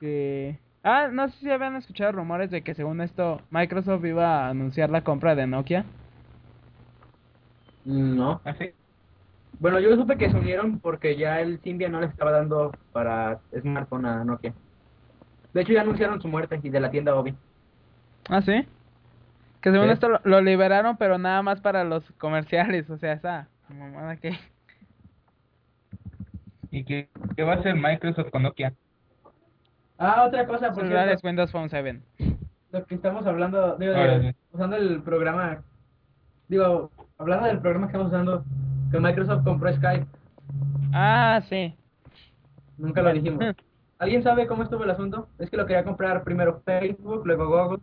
[SPEAKER 2] que... Ah, no sé si habían escuchado rumores de que según esto Microsoft iba a anunciar la compra de Nokia.
[SPEAKER 3] no.
[SPEAKER 5] así.
[SPEAKER 3] Bueno, yo supe que se unieron porque ya el Symbian no les estaba dando para smartphone a Nokia. De hecho, ya anunciaron su muerte y de la tienda Obi.
[SPEAKER 2] Ah, ¿sí? Que según
[SPEAKER 3] Sí.
[SPEAKER 2] esto lo, lo liberaron, pero nada más para los comerciales, o sea, esa mamada que...
[SPEAKER 5] ¿Y qué, qué va a hacer Microsoft con Nokia?
[SPEAKER 3] Ah, otra cosa, por cierto,
[SPEAKER 2] Celulares Windows Phone 7.
[SPEAKER 3] lo que estamos hablando, digo, de-
[SPEAKER 5] Órale.
[SPEAKER 3] usando el programa, digo, hablando del programa que estamos usando, que Microsoft compró Skype,
[SPEAKER 2] Ah, sí.
[SPEAKER 3] nunca lo dijimos. ¿Alguien sabe cómo estuvo el asunto? Es que lo quería comprar primero Facebook, luego Google,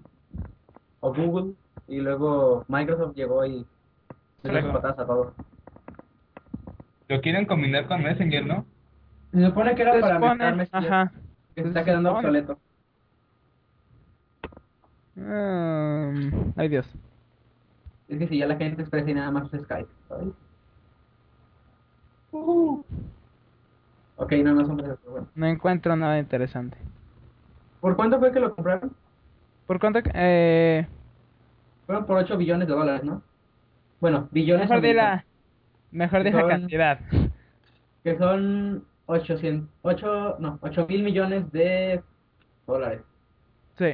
[SPEAKER 3] o Google, y luego Microsoft llegó y se
[SPEAKER 5] Claro.
[SPEAKER 3] las patadas a todos.
[SPEAKER 5] Lo quieren combinar con Messenger, ¿no?
[SPEAKER 3] Se supone que era
[SPEAKER 2] Se
[SPEAKER 3] para
[SPEAKER 2] supone-
[SPEAKER 3] mejorar Messenger,
[SPEAKER 2] Ajá.
[SPEAKER 3] que se
[SPEAKER 2] Se
[SPEAKER 3] está quedando
[SPEAKER 2] supone.
[SPEAKER 3] obsoleto.
[SPEAKER 2] Mm, ay, Dios.
[SPEAKER 3] Es que si ya la gente expresa y nada más usa Skype, ¿sabes?
[SPEAKER 2] Uh-huh.
[SPEAKER 3] Ok, no, no son pero bueno.
[SPEAKER 2] No encuentro nada interesante.
[SPEAKER 3] ¿Por cuánto fue que lo compraron?
[SPEAKER 2] ¿Por cuánto? Eh,
[SPEAKER 3] Fueron por 8 billones de dólares, ¿no? Bueno, billones
[SPEAKER 2] mejor di
[SPEAKER 3] americanos,
[SPEAKER 2] la, mejor di la
[SPEAKER 3] Son-
[SPEAKER 2] cantidad.
[SPEAKER 3] que son 800, 8, no, 8 mil millones de dólares.
[SPEAKER 2] Sí.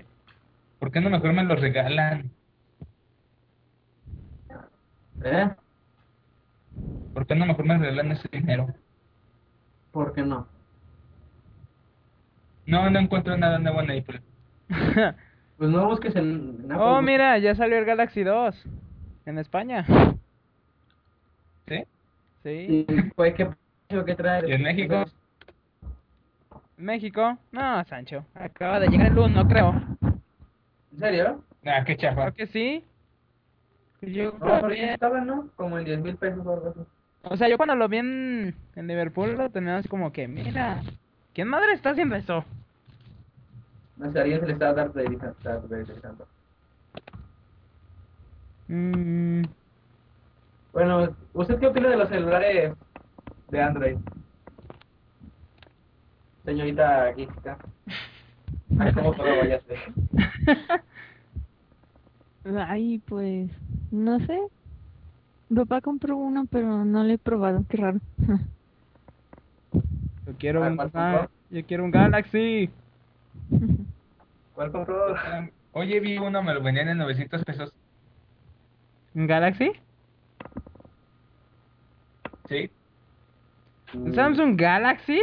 [SPEAKER 5] ¿Por qué no mejor me los regalan?
[SPEAKER 3] ¿Eh?
[SPEAKER 5] ¿Por qué no mejor me regalan ese dinero?
[SPEAKER 3] ¿Por qué no?
[SPEAKER 5] No, no encuentro nada nuevo en Apple.
[SPEAKER 3] Pues no busques en, en Apple,
[SPEAKER 2] oh,
[SPEAKER 3] bus-
[SPEAKER 2] mira, ya salió el Galaxy 2 en España.
[SPEAKER 5] ¿Sí?
[SPEAKER 2] Sí.
[SPEAKER 3] y, pues, ¿qué precio que trae?
[SPEAKER 5] ¿Y en México?
[SPEAKER 2] México. No, Sancho. Acaba de llegar el 1, creo.
[SPEAKER 3] ¿En serio?
[SPEAKER 5] Ah, qué chafa.
[SPEAKER 2] Creo que sí. Yo
[SPEAKER 3] No,
[SPEAKER 2] lo
[SPEAKER 3] pero
[SPEAKER 2] vi-
[SPEAKER 3] ya estaban, ¿no? Como en 10 mil pesos o algo así.
[SPEAKER 2] O sea, yo cuando lo vi en, en Liverpool lo tenía así como que, mira, ¿quién madre está haciendo eso?
[SPEAKER 3] No sé, a alguien se le estaba dando de interesante.
[SPEAKER 2] Mm,
[SPEAKER 3] Bueno, ¿usted qué opina de los celulares de Android? Señorita aquí está. Ay, ¿cómo te lo vayaste?
[SPEAKER 4] Ay, pues, no sé. Mi papá compró uno, pero no lo he probado, qué raro.
[SPEAKER 2] yo quiero
[SPEAKER 3] Ah,
[SPEAKER 2] un,
[SPEAKER 3] ¿cuál
[SPEAKER 2] ah,
[SPEAKER 3] compró?
[SPEAKER 2] yo quiero un Galaxy.
[SPEAKER 3] ¿Cuál compró?
[SPEAKER 5] Ah, Oye, vi uno, me lo vendían en 900 pesos.
[SPEAKER 2] ¿Un Galaxy?
[SPEAKER 5] Sí,
[SPEAKER 2] ¿Un Samsung Galaxy?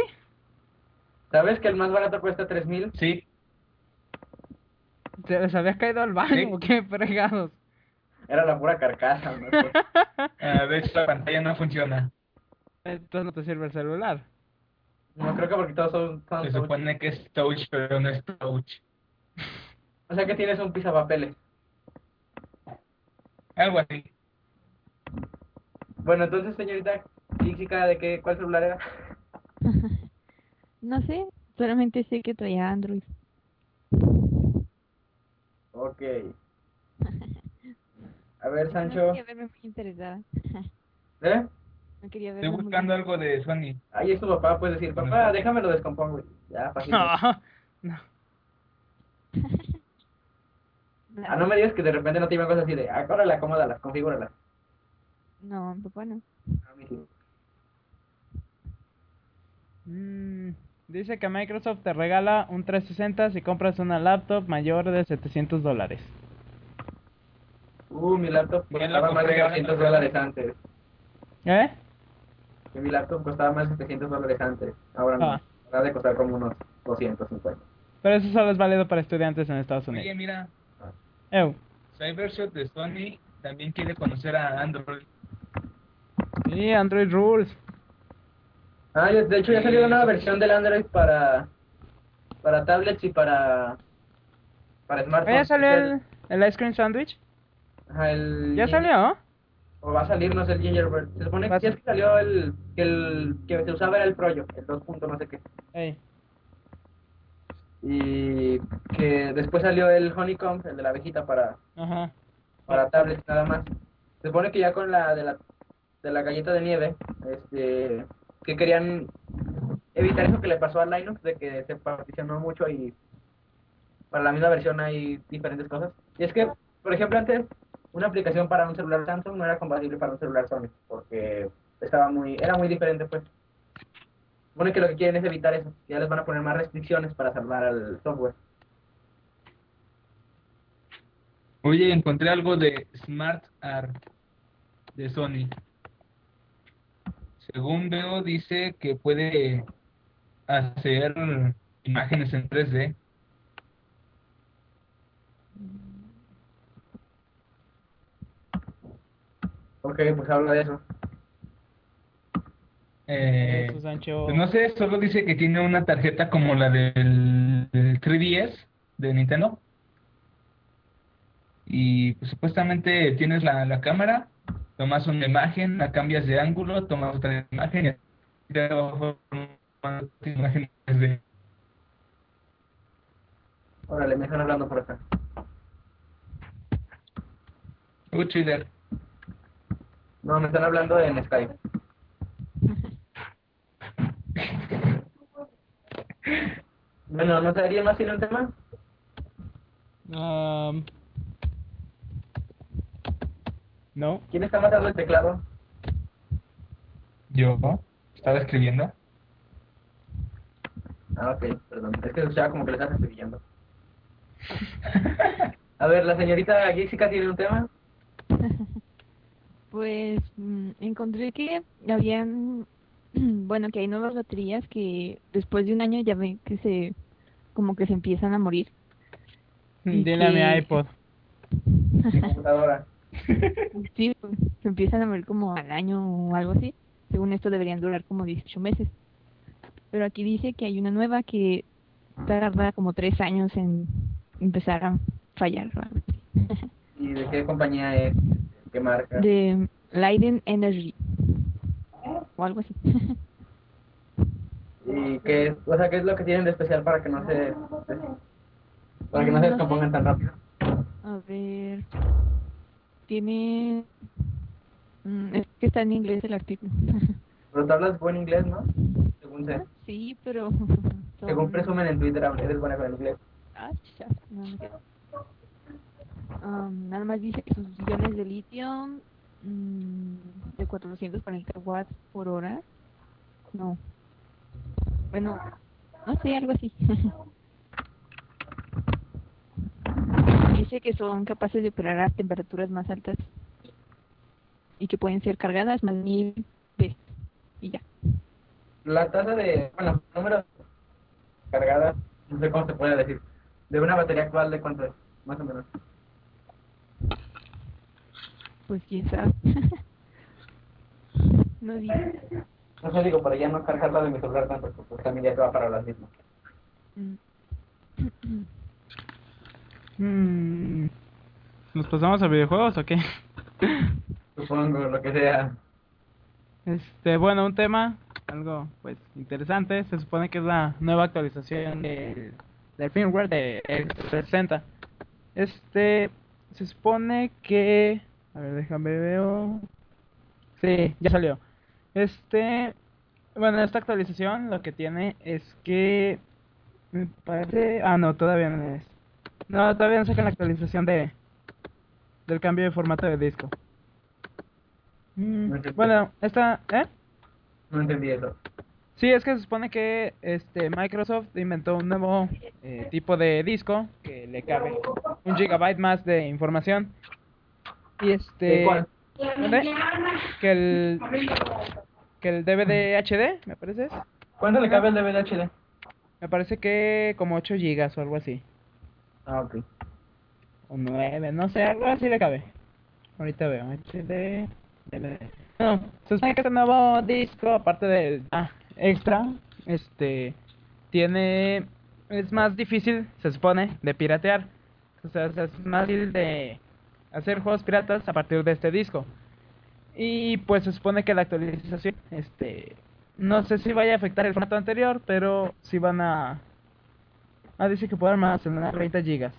[SPEAKER 3] ¿Sabes que el más barato cuesta 3000?
[SPEAKER 5] sí.
[SPEAKER 2] Se les había caído al baño,
[SPEAKER 5] Sí.
[SPEAKER 2] ¿o qué fregados.
[SPEAKER 3] Era la pura carcasa. ¿no?
[SPEAKER 5] A veces la pantalla no funciona.
[SPEAKER 2] Entonces no te sirve el celular.
[SPEAKER 3] no creo que porque todos son. son-
[SPEAKER 5] Se supone que es touch, pero no es touch.
[SPEAKER 3] O sea que tienes un pisapapeles.
[SPEAKER 5] Algo así.
[SPEAKER 3] Bueno, entonces, señorita Kixica, ¿de qué? ¿Cuál celular era?
[SPEAKER 4] No sé, solamente sé que traía Android.
[SPEAKER 3] Ok. A ver,
[SPEAKER 4] No
[SPEAKER 3] Sancho.
[SPEAKER 4] quería verme muy interesada.
[SPEAKER 3] ¿Eh?
[SPEAKER 4] No quería verme
[SPEAKER 5] Estoy
[SPEAKER 4] muy
[SPEAKER 5] buscando algo de Sony.
[SPEAKER 3] Ahí es tu papá, puedes decir, papá, déjamelo descompongo. Ya, fácil.
[SPEAKER 2] No.
[SPEAKER 3] Ah, no me digas que de repente no te iban cosas así de, ah, córrela, acomódala, configúrala.
[SPEAKER 4] No, mi papá no.
[SPEAKER 3] A mí sí.
[SPEAKER 2] Mm, dice que Microsoft te regala un 360 si compras una laptop mayor de 700 dólares.
[SPEAKER 3] Uh, mi laptop
[SPEAKER 5] Bien, la
[SPEAKER 3] costaba más de
[SPEAKER 5] compré,
[SPEAKER 3] 200 dólares antes.
[SPEAKER 2] ¿Eh?
[SPEAKER 3] que mi laptop costaba más de 700 dólares antes. Ahora
[SPEAKER 2] Ah.
[SPEAKER 3] no. Ahora de costar como unos 250.
[SPEAKER 2] Pero eso solo es válido para estudiantes en Estados
[SPEAKER 5] Oye,
[SPEAKER 2] Unidos.
[SPEAKER 5] mira,
[SPEAKER 2] Ew.
[SPEAKER 5] Cybershot de Sony también quiere conocer a Android.
[SPEAKER 2] Sí, Android Rules.
[SPEAKER 3] Ah, ya- de hecho ya salió una nueva versión del Android para, para tablets y para, para smartphones.
[SPEAKER 2] ¿Ya salió el, el Ice Cream Sandwich?
[SPEAKER 3] Ajá, el-
[SPEAKER 2] ¿Ya salió?
[SPEAKER 3] O va a salir, no sé, el Gingerbread. Se supone
[SPEAKER 2] Va a
[SPEAKER 3] que ya
[SPEAKER 2] sa-
[SPEAKER 3] que salió el que, el que se usaba era el Proyo, el 2. punto no sé qué.
[SPEAKER 2] Ey.
[SPEAKER 3] Y que después salió el Honeycomb, el de la abejita para,
[SPEAKER 2] Ajá.
[SPEAKER 3] para tablets nada más. Se supone que ya con la de la, de la galleta de nieve, este, que querían evitar eso que le pasó a Linux, de que se particionó mucho y para la misma versión hay diferentes cosas. Y es que, por ejemplo, antes una aplicación para un celular Samsung no era compatible para un celular Sony, porque estaba muy, era muy diferente pues. Se Supone que lo que quieren es evitar eso, ya les van a poner más restricciones para salvar al software.
[SPEAKER 5] Oye, encontré algo de Smart Art de Sony. Según veo, dice que puede hacer imágenes en 3D.
[SPEAKER 3] Ok, pues habla de eso.
[SPEAKER 5] Eh,
[SPEAKER 2] Eso, Sancho.
[SPEAKER 5] pues no sé, solo dice que tiene una tarjeta como la del, del 3DS de Nintendo. Y pues, supuestamente tienes la, la cámara, tomas una imagen, la cambias de ángulo, tomas otra imagen y así te va formando imágenes de...
[SPEAKER 3] Órale, me están hablando por acá.
[SPEAKER 5] Uy, chiller.
[SPEAKER 3] No, me están hablando en Skype. Bueno, ¿no sé, alguien más tiene un tema?
[SPEAKER 2] Um, no.
[SPEAKER 3] ¿Quién está matando el teclado?
[SPEAKER 5] Yo estaba escribiendo.
[SPEAKER 3] Ah, ok, perdón. Es que escuchaba como que le estás escribiendo. A ver, la señorita Gixica tiene un tema.
[SPEAKER 4] Pues mm, encontré que habían, bueno, que hay nuevas baterías que después de un año ya ven que se, como que se empiezan a morir. Y
[SPEAKER 2] Dile a mi
[SPEAKER 4] que-
[SPEAKER 2] iPod.
[SPEAKER 3] Mi computadora.
[SPEAKER 4] Sí, pues, se empiezan a morir como al año o algo así. Según esto deberían durar como 18 meses. Pero aquí dice que hay una nueva que tarda como 3 años en empezar a fallar. o algo así.
[SPEAKER 3] ¿Y de qué compañía es? ¿Qué marca?
[SPEAKER 4] De Leiden Energy. O algo así.
[SPEAKER 3] ¿Y qué es? O sea, ¿qué es lo que tienen de especial para que no se... Para que no se descompongan tan rápido?
[SPEAKER 4] A ver. Tiene. mm, Es que está en inglés el artículo.
[SPEAKER 3] Pero tú hablas buen inglés, ¿no? Según sé.
[SPEAKER 4] Sí, pero.
[SPEAKER 3] Según
[SPEAKER 4] son-
[SPEAKER 3] presumen en Twitter, eres buena con el inglés.
[SPEAKER 4] Ah, chas, no, no creo. Am, nada más dice que sus iones de litio mm, de 440 watts por hora. No. Bueno, no sé, algo así. dice que son capaces de operar a temperaturas más altas y que pueden ser cargadas más mil veces. Y ya.
[SPEAKER 3] la tasa de, bueno, número cargadas, no sé cómo se puede decir, de una batería actual de cuánto es, más o menos.
[SPEAKER 4] Pues quién sabe. no dice.
[SPEAKER 3] No sé, digo, para ya no cargarla de mi celular tanto, porque pues, también ya se va para las mismas.
[SPEAKER 4] Mm.
[SPEAKER 2] Mm, ¿Nos pasamos a videojuegos o qué?
[SPEAKER 3] Supongo, lo que sea.
[SPEAKER 2] Este, bueno, un tema algo pues interesante, se supone que es la nueva actualización del, del firmware de Xbox 60. Este, se supone que, a ver, déjame ver. Sí, ya salió. Este, bueno, esta actualización lo que tiene es que me parece, ah no, todavía no es. No, todavía no sacan la actualización de del cambio de formato de disco. Mm,
[SPEAKER 3] No entendí.
[SPEAKER 2] Bueno, esta, ¿eh?
[SPEAKER 3] No entendí eso.
[SPEAKER 2] Sí, es que se supone que este Microsoft inventó un nuevo eh, tipo de disco que le cabe un gigabyte más de información. Y este
[SPEAKER 3] ¿De cuál?
[SPEAKER 2] ¿Mande? que el que el DVD HD, me parece. es.
[SPEAKER 3] ¿Cuánto le cabe el DVD HD?
[SPEAKER 2] Me parece que como 8 gigas o algo así.
[SPEAKER 3] Ah, ok.
[SPEAKER 2] O 9, no sé, algo así le cabe. Ahorita veo, HD, DVD. No, se supone que este nuevo disco, aparte del ah, extra, este, tiene, es más difícil, se supone, de piratear. O sea, es más difícil de hacer juegos piratas a partir de este disco. Y pues se supone que la actualización, este, no sé si vaya a afectar el formato anterior, pero si van a... Ah, dice que puede almacenar 30 gigas.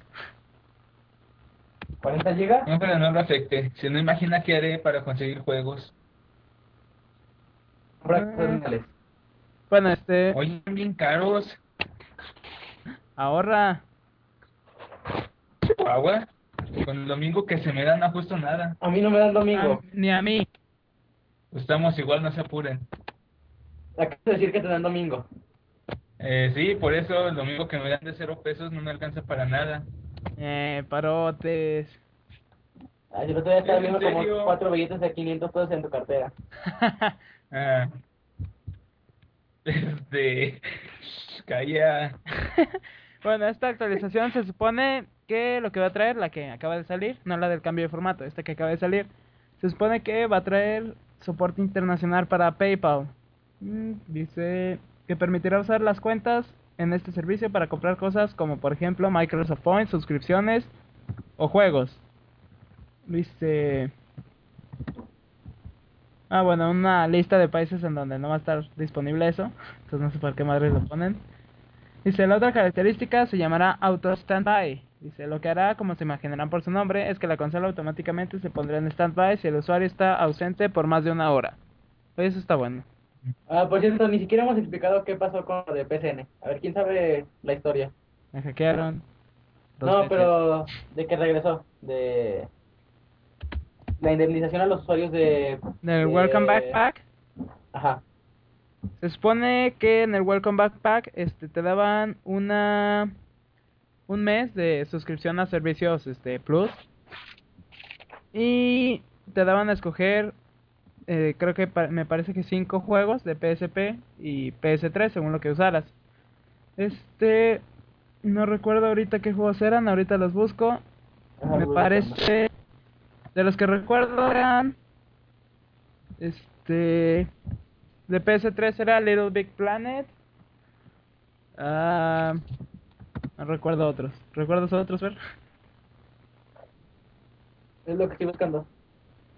[SPEAKER 3] ¿40 gigas?
[SPEAKER 5] No, pero no lo afecte. Si no imagina qué haré para conseguir juegos.
[SPEAKER 3] Compra cosas legales.
[SPEAKER 2] Bueno, este,
[SPEAKER 5] Oye, están bien caros.
[SPEAKER 2] ahorra.
[SPEAKER 5] Agua. Con el domingo que se me dan no justo nada.
[SPEAKER 3] A mí no me dan
[SPEAKER 2] Ah,
[SPEAKER 3] domingo.
[SPEAKER 2] ni a mí.
[SPEAKER 5] Estamos igual, no se apuren. Ah.
[SPEAKER 3] Acabas de decir que te dan domingo.
[SPEAKER 5] Eh, sí, por eso el domingo que me dan de cero pesos no me alcanza para nada.
[SPEAKER 2] Eh, parotes.
[SPEAKER 3] Ay, yo todavía estaba
[SPEAKER 5] ¿Es en
[SPEAKER 3] viendo como
[SPEAKER 5] serio?
[SPEAKER 3] cuatro billetes de 500 pesos en tu cartera.
[SPEAKER 5] Ah. Este. Calla.
[SPEAKER 2] Bueno, esta actualización se supone que lo que va a traer, la que acaba de salir, no la del cambio de formato, esta que acaba de salir, se supone que va a traer soporte internacional para PayPal. Mm, dice que permitirá usar las cuentas en este servicio para comprar cosas como por ejemplo Microsoft Points, suscripciones o juegos. Dice... Ah, bueno, una lista de países en donde no va a estar disponible eso. Entonces no sé por qué madre lo ponen. Dice, la otra característica se llamará Auto Standby. Dice, lo que hará, como se imaginarán por su nombre, es que la consola automáticamente se pondrá en standby si el usuario está ausente por más de una hora. Eso está bueno.
[SPEAKER 3] Ah, por cierto, ni siquiera hemos explicado qué pasó con lo de PCN. A ver, ¿quién sabe la historia?
[SPEAKER 2] Me hackearon. dos
[SPEAKER 3] No,
[SPEAKER 2] veces.
[SPEAKER 3] pero de que regresó, de la indemnización a los usuarios de...
[SPEAKER 2] Del
[SPEAKER 3] de-
[SPEAKER 2] Welcome
[SPEAKER 3] eh,
[SPEAKER 2] Backpack,
[SPEAKER 3] Ajá.
[SPEAKER 2] se supone que en el Welcome Backpack este, te daban una un mes de suscripción a servicios este Plus y te daban a escoger eh, creo que pa- me parece que cinco juegos de PSP y PS3 según lo que usaras. Este no recuerdo ahorita qué juegos eran, ahorita los busco.
[SPEAKER 3] Ajá,
[SPEAKER 2] Me
[SPEAKER 3] Welcome Back.
[SPEAKER 2] parece de los que recuerdo eran este de PS3 era Little Big Planet. Ah, no recuerdo otros. ¿Recuerdas otros, Fer?
[SPEAKER 3] Es lo que estoy buscando.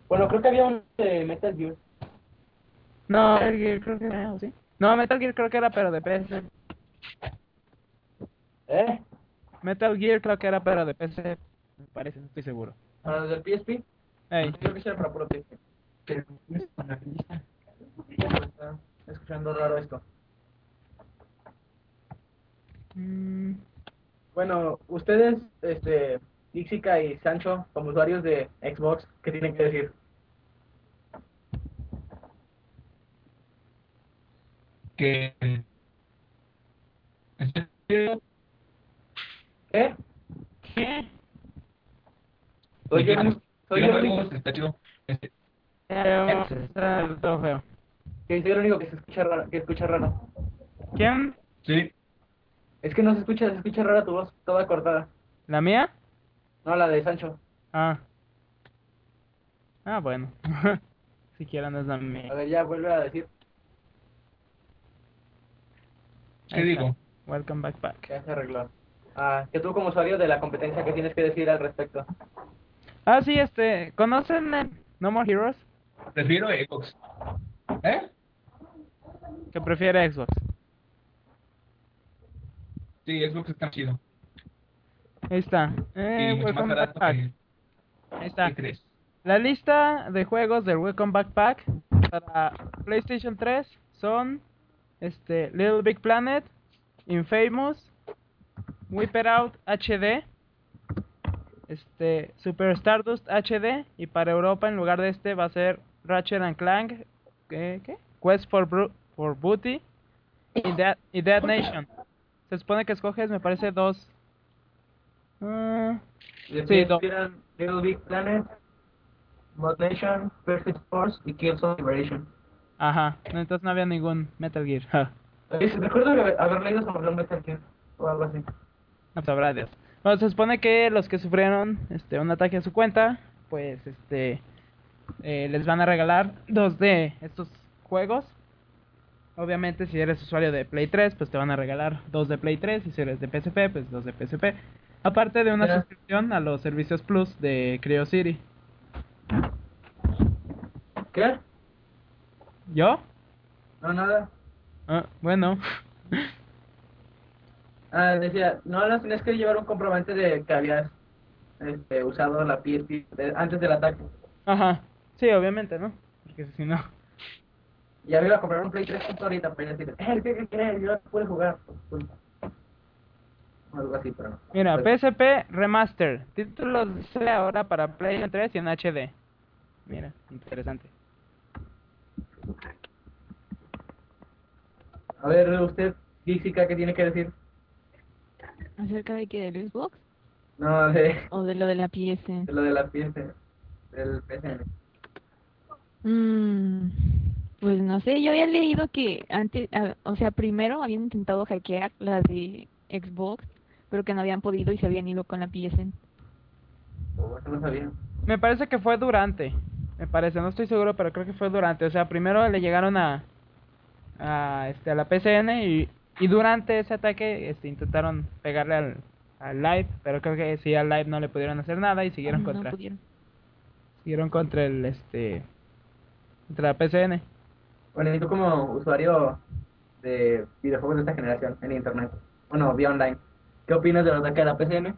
[SPEAKER 3] Bueno, creo que había un de Metal Gear.
[SPEAKER 2] No, Metal Gear creo que era, ¿o sí? No, Metal Gear creo que era, pero de PS.
[SPEAKER 3] ¿Eh?
[SPEAKER 2] Metal Gear creo que era, pero de PC. Me parece, no estoy seguro.
[SPEAKER 3] ¿Para los del PSP?
[SPEAKER 2] Ey,
[SPEAKER 3] Creo que sí era para puro PSP. Pero, ¿qué es con la revista? Está escuchando raro esto.
[SPEAKER 2] mm,
[SPEAKER 3] Bueno, ustedes, este, Ixica y Sancho, como usuarios de Xbox, ¿qué tienen que decir?
[SPEAKER 5] Que. este, ¿En serio?
[SPEAKER 3] ¿Qué?
[SPEAKER 2] ¿Qué?
[SPEAKER 3] Soy yo,
[SPEAKER 5] Digamos,
[SPEAKER 3] soy
[SPEAKER 5] yo
[SPEAKER 3] yo,
[SPEAKER 5] luego,
[SPEAKER 3] el-
[SPEAKER 5] está chido. Este,
[SPEAKER 2] Pero, está todo feo.
[SPEAKER 3] que soy el único que se escucha raro, que escucha raro.
[SPEAKER 2] ¿Quién?
[SPEAKER 5] Sí,
[SPEAKER 3] Es que no se escucha, se escucha rara tu voz, toda cortada.
[SPEAKER 2] ¿La mía?
[SPEAKER 3] No, la de Sancho.
[SPEAKER 2] Ah. Ah, bueno. Siquiera no es la mía.
[SPEAKER 3] A ver, ya vuelve a decir.
[SPEAKER 5] ¿qué
[SPEAKER 2] Ahí está.
[SPEAKER 5] digo?
[SPEAKER 2] Welcome back back.
[SPEAKER 3] Ya se arregló. Ah, que tú como usuario de la competencia, ¿qué tienes que decir al respecto?
[SPEAKER 2] Ah, sí, este, ¿conocen eh, No More Heroes?
[SPEAKER 5] Prefiero Xbox. ¿Eh?
[SPEAKER 2] Que prefiere Xbox.
[SPEAKER 5] Sí, Xbox está chido.
[SPEAKER 2] Ahí está.
[SPEAKER 5] Y
[SPEAKER 2] Eh,
[SPEAKER 5] mucho más
[SPEAKER 2] Welcome
[SPEAKER 5] barato
[SPEAKER 2] back
[SPEAKER 5] que.
[SPEAKER 2] back. Ahí está.
[SPEAKER 5] ¿Qué crees?
[SPEAKER 2] La lista de juegos del Welcome Backpack para PlayStation 3 son este Little Big Planet, Infamous, Wipeout HD, este Super Stardust HD y para Europa en lugar de este va a ser Ratchet and Clank, ¿qué? qué? Quest for, Bru- for Booty y Dead, y Dead Nation. Se supone que escoges, me parece dos. Ah,
[SPEAKER 3] Después
[SPEAKER 2] no.
[SPEAKER 3] eran Little Big Planet, Mod Nation, Perfect Force y Killzone Liberation.
[SPEAKER 2] Ajá, no, entonces no había ningún Metal Gear. ja.
[SPEAKER 3] Eh, Recuerdo haber haber leído sobre un Metal Gear o algo así.
[SPEAKER 2] No sabrá pues, Dios. Bueno, se supone que los que sufrieron este un ataque a su cuenta, pues este eh, les van a regalar dos de estos juegos. Obviamente, si eres usuario de Play 3, pues te van a regalar dos de Play 3 y si eres de PSP, pues dos de PSP. Aparte de una
[SPEAKER 3] Ya.
[SPEAKER 2] suscripción a los servicios Plus de Creo City.
[SPEAKER 3] ¿Qué?
[SPEAKER 2] ¿Yo?
[SPEAKER 3] No, nada.
[SPEAKER 2] Ah, bueno.
[SPEAKER 3] Ah, decía, no, no, tienes que llevar un comprobante de que habías este, usado la PSP de- antes del ataque.
[SPEAKER 2] Ajá. Sí, obviamente, ¿no? Porque si no.
[SPEAKER 3] Ya me iba a comprar un Play 3 justo ahorita para decir, eh, ¿qué, qué crees? Yo no pude jugar. por tu culpa". O algo así, pero no.
[SPEAKER 2] Mira,
[SPEAKER 3] Pero-
[SPEAKER 2] PSP Remaster. Títulos sale ahora para PlayStation 3 y en HD. Mira, interesante.
[SPEAKER 3] A ver, usted, física, ¿qué tiene que decir?
[SPEAKER 4] ¿Acerca de qué? ¿Del Xbox?
[SPEAKER 3] No, de,
[SPEAKER 4] ¿O de lo de la PS?
[SPEAKER 3] de lo de la PS, del PSN.
[SPEAKER 4] Mm, pues no sé, yo había leído que antes, a- o sea, primero habían intentado hackear la de Xbox, pero que no habían podido y se habían ido con la PSN.
[SPEAKER 3] O Oh, eso no sabía.
[SPEAKER 2] Me parece que fue durante. Me parece, no estoy seguro, pero creo que fue durante. O sea, primero le llegaron a. a, este, a la PCN y, y durante ese ataque este, intentaron pegarle al, al Live, pero creo que sí al Live no le pudieron hacer nada y siguieron
[SPEAKER 4] Ah, No
[SPEAKER 2] contra.
[SPEAKER 4] pudieron.
[SPEAKER 2] siguieron contra el. este. contra la PCN.
[SPEAKER 3] Bueno, y tú como usuario de videojuegos de esta generación en internet, bueno, vía online, ¿qué opinas del ataque de la PSN?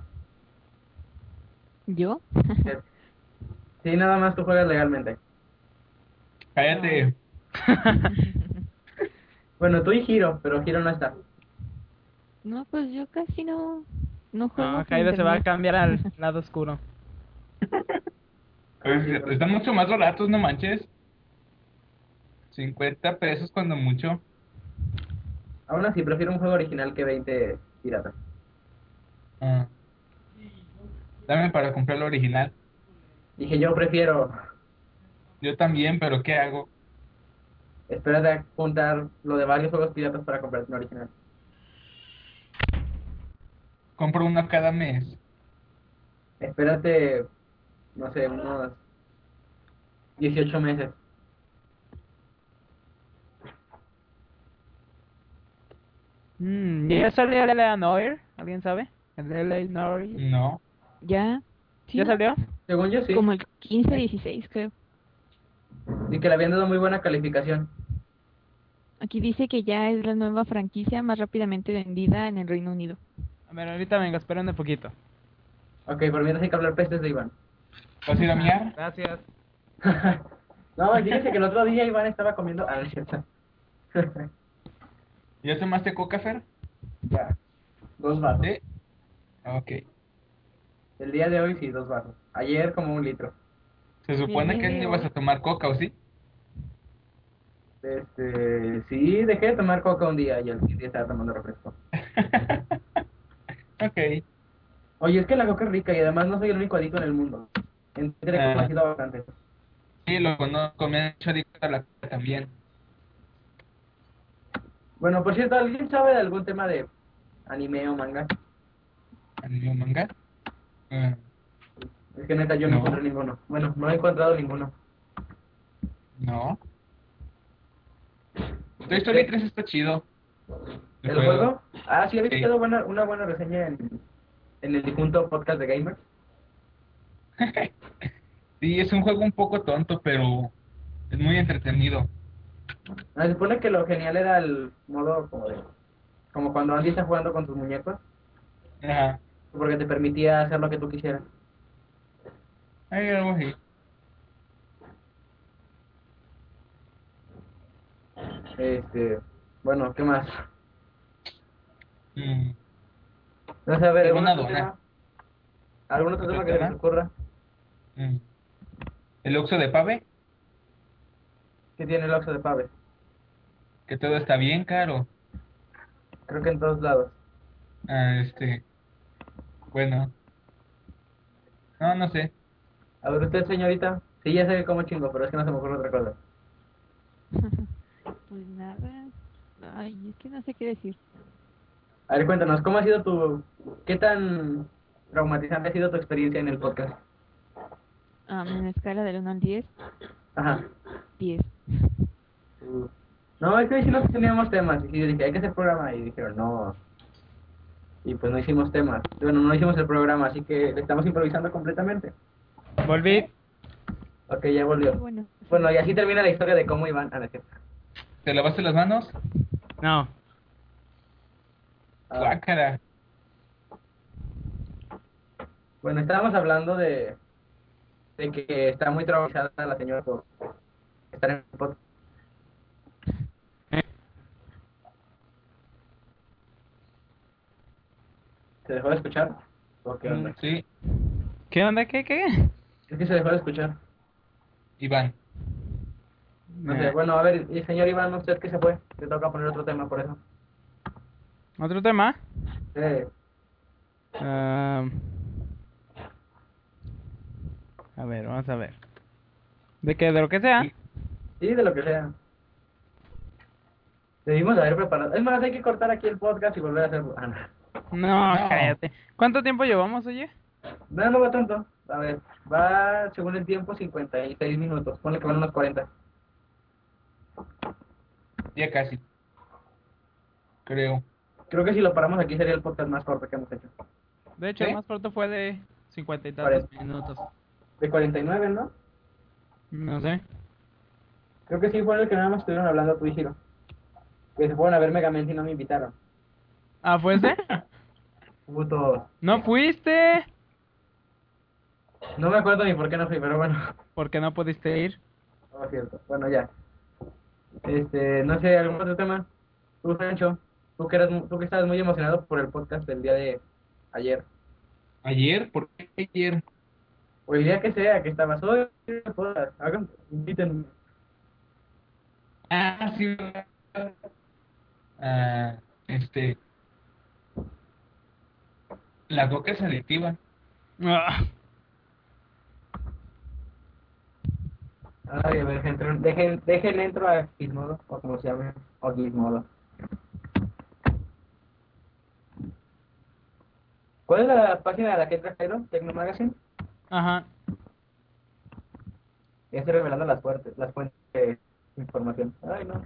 [SPEAKER 4] ¿Yo?
[SPEAKER 3] Sí, nada más tú juegas legalmente.
[SPEAKER 5] Cállate.
[SPEAKER 3] Bueno, tú y Giro, pero Giro no está.
[SPEAKER 4] No, pues yo casi no, no juego
[SPEAKER 2] No,
[SPEAKER 4] por
[SPEAKER 2] Jairo Ah, se va a
[SPEAKER 4] internet.
[SPEAKER 2] cambiar al lado oscuro.
[SPEAKER 5] Pues, Están mucho más baratos, no manches. 50 pesos cuando mucho.
[SPEAKER 3] Aún así, prefiero un juego original que 20 piratas.
[SPEAKER 5] Ah. Dame para comprar lo original.
[SPEAKER 3] Dije, yo prefiero,
[SPEAKER 5] Yo también, pero ¿qué hago?
[SPEAKER 3] espérate a juntar lo de varios juegos piratas para comprar un original.
[SPEAKER 5] Compro uno cada mes.
[SPEAKER 3] Espérate, no sé, unos 18 meses.
[SPEAKER 2] Mm, ¿Ya salió el LA Noir? ¿Alguien sabe? ¿El LA Noir?
[SPEAKER 5] No.
[SPEAKER 4] ¿Ya? ¿Sí,
[SPEAKER 2] ¿Ya
[SPEAKER 4] no?
[SPEAKER 2] salió?
[SPEAKER 3] Según yo sí,
[SPEAKER 4] Como el 15, 16 creo.
[SPEAKER 3] y que le habían dado muy buena calificación.
[SPEAKER 4] Aquí dice que ya es la nueva franquicia más rápidamente vendida en el Reino Unido.
[SPEAKER 2] A ver, ahorita venga, esperen un poquito.
[SPEAKER 3] Ok, por mientras hay que hablar pestes de Iván.
[SPEAKER 5] ¿Vas a ir a miar?
[SPEAKER 2] Gracias.
[SPEAKER 3] No, fíjense que el otro día Iván estaba comiendo... Ah, no es cierto.
[SPEAKER 5] ¿Ya tomaste coca, Fer?
[SPEAKER 3] ya, dos vasos.
[SPEAKER 5] Sí. Ok.
[SPEAKER 3] El día de hoy sí, dos vasos. Ayer como un litro.
[SPEAKER 5] Se supone
[SPEAKER 4] Bien,
[SPEAKER 5] que no
[SPEAKER 4] bien.
[SPEAKER 5] ibas a tomar coca, ¿o sí?
[SPEAKER 3] Este, sí, dejé de tomar coca un día y el siguiente día estaba tomando refresco.
[SPEAKER 5] Ok.
[SPEAKER 3] Oye, es que la coca es rica y además no soy el único adicto en el mundo. Entre
[SPEAKER 5] Ah.
[SPEAKER 3] coca ha sido bastante.
[SPEAKER 5] Sí, lo conozco. Me han hecho adicto a la coca también.
[SPEAKER 3] Bueno, por cierto, ¿alguien sabe de algún tema de anime o manga?
[SPEAKER 5] ¿Anime o manga? Ah,
[SPEAKER 3] Es que neta, yo no,
[SPEAKER 5] No.
[SPEAKER 3] encuentro ninguno. Bueno, no he encontrado ninguno.
[SPEAKER 5] no. Toy Story 3 está chido.
[SPEAKER 3] Este ¿El juego? Ah, sí, había quedado buena, una buena reseña en, en el difunto podcast de Gamers.
[SPEAKER 5] Sí, es un juego un poco tonto, pero es muy entretenido.
[SPEAKER 3] Ah, Se supone que lo genial era el modo como de... Como cuando Andy está jugando con tus muñecos,
[SPEAKER 5] Ajá.
[SPEAKER 3] porque te permitía hacer lo que tú quisieras.
[SPEAKER 5] Hay algo así.
[SPEAKER 3] Este, bueno, ¿qué más?
[SPEAKER 5] Mm,
[SPEAKER 3] No sé, a ver, ¿algún
[SPEAKER 5] Una
[SPEAKER 3] otro
[SPEAKER 5] dona.
[SPEAKER 3] tema? ¿Algún otro tema que se
[SPEAKER 5] ¿Verdad?
[SPEAKER 3] les ocurra?
[SPEAKER 5] mm. El Oxxo de Pave,
[SPEAKER 3] ¿Qué tiene el Oxxo de Pave?
[SPEAKER 5] que todo está bien caro.
[SPEAKER 3] Creo que en todos lados.
[SPEAKER 5] Ah, este. Bueno. No, no sé.
[SPEAKER 3] A ver, usted, señorita. Sí, ya sé cómo chingo, pero es que no se me ocurre otra cosa.
[SPEAKER 4] pues nada. Ay, es que no sé qué decir.
[SPEAKER 3] A ver, cuéntanos, ¿cómo ha sido tu... ¿Qué tan traumatizante ha sido tu experiencia en el podcast?
[SPEAKER 4] Ah, en la escala del 1 al 10,
[SPEAKER 3] Ajá.
[SPEAKER 4] 10.
[SPEAKER 3] No, es que hoy sí no teníamos temas. Y yo dije, hay que hacer programa. Y dijeron, no. Y pues no hicimos temas. Bueno, no hicimos el programa, así que le estamos improvisando completamente.
[SPEAKER 2] Volví.
[SPEAKER 3] Ok, ya
[SPEAKER 4] Qué
[SPEAKER 3] volvió.
[SPEAKER 4] bueno.
[SPEAKER 3] Bueno, y así termina la historia de cómo Iván... Ah, no es cierto.
[SPEAKER 5] ¿Te lavaste las manos?
[SPEAKER 2] No.
[SPEAKER 3] Ah.
[SPEAKER 5] Guácara.
[SPEAKER 3] Bueno, estábamos hablando de, de que está muy trabajada la señora por estar en el podcast. ¿Se dejó de escuchar? ¿O qué onda?
[SPEAKER 5] Mm, Sí,
[SPEAKER 2] ¿Qué onda? ¿Qué? ¿Qué?
[SPEAKER 3] Es que se dejó de escuchar.
[SPEAKER 5] Iván.
[SPEAKER 3] No
[SPEAKER 2] Eh,
[SPEAKER 3] sé, bueno, a ver, y señor Iván, usted que se fue, le toca poner otro tema por eso.
[SPEAKER 2] ¿Otro tema?
[SPEAKER 3] Eh,
[SPEAKER 2] Am, A ver, vamos a ver. ¿De qué? ¿De lo que sea?
[SPEAKER 3] sí, de lo que sea. Debimos haber preparado. Es más, hay que cortar aquí el podcast y volver a hacerlo. Ah, no.
[SPEAKER 2] No, cállate. ¿Cuánto tiempo llevamos, oye?
[SPEAKER 3] No, no va tanto. A ver, va según el tiempo 56 minutos. Ponle que van unos 40.
[SPEAKER 5] Ya casi. Creo.
[SPEAKER 3] Creo que si lo paramos aquí sería el podcast más corto que hemos hecho.
[SPEAKER 2] De hecho,
[SPEAKER 5] ¿Sí?
[SPEAKER 2] el más corto fue de cincuenta y tantos
[SPEAKER 3] Cuarenta.
[SPEAKER 2] minutos.
[SPEAKER 3] De 49, ¿no?
[SPEAKER 2] No sé.
[SPEAKER 3] Creo que sí fue el que nada más estuvieron hablando tú y Hiro. Que se fueron a ver Megamente y no me invitaron.
[SPEAKER 2] ¿Ah, fuese?
[SPEAKER 3] Puto.
[SPEAKER 2] ¿No fuiste?
[SPEAKER 3] No me acuerdo ni por qué no fui, pero bueno.
[SPEAKER 2] ¿Por qué no pudiste ir?
[SPEAKER 3] No es Ah, cierto. Bueno, ya. Este, no sé, algún otro tema. Tú, Sancho, tú que, eras, mu- tú que estabas muy emocionado por el podcast del día de ayer.
[SPEAKER 5] ¿Ayer? ¿Por qué ayer?
[SPEAKER 3] O el día que sea, que estabas hoy, no jodas, hagan, invítenme.
[SPEAKER 5] Ah, sí. ¿verdad? Ah, este. La coca es adictiva.
[SPEAKER 2] Ah,
[SPEAKER 3] Ay, a ver, gente, dejen, dejen entro a Gizmodo, o como se llama, o Gizmodo. ¿Cuál es la página a la que entra Jairo? ¿Tecno Magazine?
[SPEAKER 2] Ajá.
[SPEAKER 3] Ya estoy revelando las fuertes, las fuentes de información. Ay, no.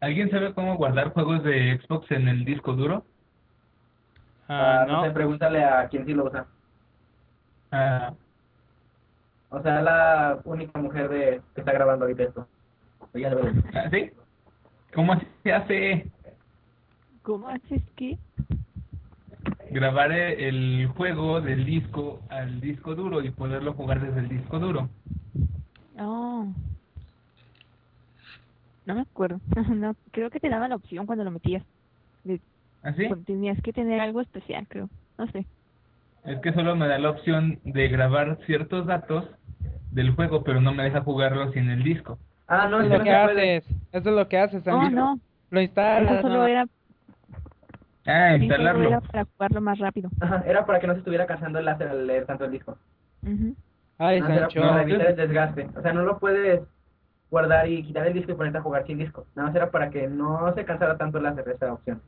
[SPEAKER 5] ¿Alguien sabe cómo guardar juegos de Xbox en el disco duro?
[SPEAKER 2] Ah,
[SPEAKER 3] no. sé,
[SPEAKER 2] no.
[SPEAKER 3] pregúntale a quien sí lo usa.
[SPEAKER 5] Ah,
[SPEAKER 3] O sea, la única mujer de, que está grabando ahorita esto. Ella lo ve.
[SPEAKER 5] ah, ¿Sí? ¿Cómo se hace
[SPEAKER 4] ¿Cómo haces que?
[SPEAKER 5] grabar e- el juego del disco al disco duro y poderlo jugar desde el disco duro?
[SPEAKER 4] No. Oh. No me acuerdo. no, creo que te daba la opción cuando lo metías. De-
[SPEAKER 5] ¿Así?
[SPEAKER 4] cuando Tenías que tener algo especial, creo. No sé.
[SPEAKER 5] Es que solo me da la opción de grabar ciertos datos del juego, pero no me deja jugarlo sin el disco.
[SPEAKER 3] Ah, no,
[SPEAKER 2] Eso
[SPEAKER 3] es
[SPEAKER 2] es lo
[SPEAKER 3] que no
[SPEAKER 2] que
[SPEAKER 3] se puede.
[SPEAKER 2] haces. Eso es lo que haces,
[SPEAKER 4] Oh,
[SPEAKER 2] amigo.
[SPEAKER 4] no.
[SPEAKER 2] Lo
[SPEAKER 4] Eso
[SPEAKER 2] instalas.
[SPEAKER 4] solo
[SPEAKER 2] ¿no?
[SPEAKER 4] era,
[SPEAKER 5] Ah,
[SPEAKER 4] eso solo era
[SPEAKER 5] instalarlo.
[SPEAKER 4] para jugarlo más rápido.
[SPEAKER 3] Ajá, era para que no se estuviera cansando el láser al leer tanto el disco.
[SPEAKER 4] Ujú.
[SPEAKER 2] Ay,
[SPEAKER 3] No, era
[SPEAKER 2] Sancho.
[SPEAKER 3] para evitar el desgaste. O sea, no lo puedes guardar y quitar el disco y ponerte a jugar sin disco. Nada más era para que no se cansara tanto la hacer esa opción.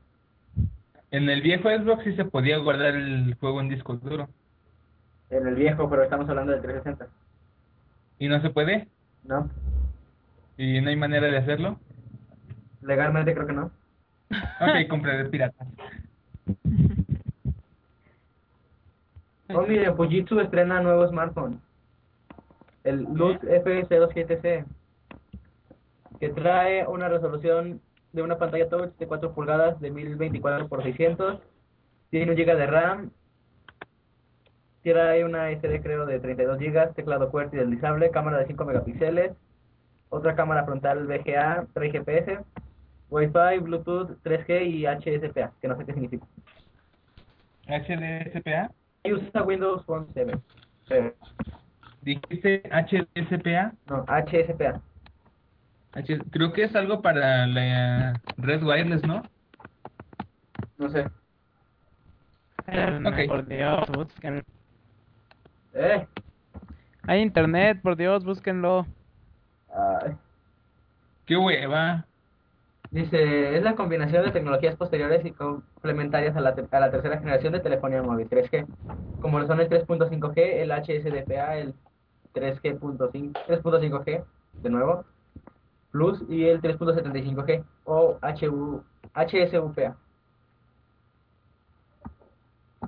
[SPEAKER 5] En el viejo Xbox sí se podía guardar el juego en disco duro.
[SPEAKER 3] En el viejo, pero estamos hablando del 360.
[SPEAKER 5] ¿Y no se puede?
[SPEAKER 3] ¿No?
[SPEAKER 5] ¿Y no hay manera de hacerlo?
[SPEAKER 3] Legalmente creo que no.
[SPEAKER 5] Ok, compra de pirata.
[SPEAKER 3] Oh, mire, Fujitsu estrena nuevo smartphone. El Luz F07C. Que trae una resolución de una pantalla touch de 4 pulgadas de 1024 x 600. Tiene 1 GB de RAM. Trae una SD, creo, de 32 GB. Teclado QWERTY deslizable. Cámara de 5 megapíxeles. Otra cámara frontal VGA, 3 GPS. Wi-Fi, Bluetooth, 3G y HSPA, que no sé qué significa.
[SPEAKER 5] ¿HDSPA?
[SPEAKER 3] Y usa Windows Phone 7. creo.
[SPEAKER 5] ¿Dijiste HDSPA?
[SPEAKER 3] No, HSPA.
[SPEAKER 5] H- Creo que es algo para la red wireless, ¿no?
[SPEAKER 3] No sé.
[SPEAKER 5] Ok.
[SPEAKER 2] Por Dios, busquen-
[SPEAKER 3] Eh.
[SPEAKER 2] Hay internet, por Dios, búsquenlo.
[SPEAKER 3] Ay.
[SPEAKER 5] Qué hueva.
[SPEAKER 3] Dice, es la combinación de tecnologías posteriores y complementarias a la, te- a la tercera generación de telefonía móvil 3G, como lo son el 3.5G, el HSDPA, el 3G.5 3.5G, de nuevo, Plus y el 3.75G o HU, HSUPA.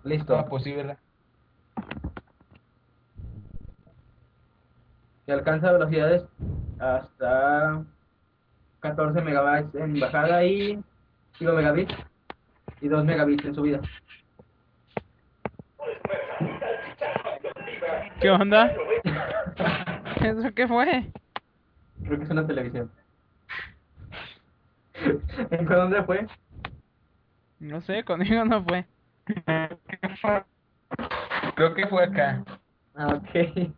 [SPEAKER 3] Listo.
[SPEAKER 5] Estaba posible.
[SPEAKER 3] que alcanza velocidades hasta 14 megabytes en bajada y 5 megabits y 2 megabits en subida.
[SPEAKER 2] ¿Qué onda? ¿Eso qué fue?
[SPEAKER 3] Creo que es una televisión. ¿En dónde fue?
[SPEAKER 2] No sé, conmigo no fue.
[SPEAKER 5] Creo que fue acá.
[SPEAKER 3] Ah, ok.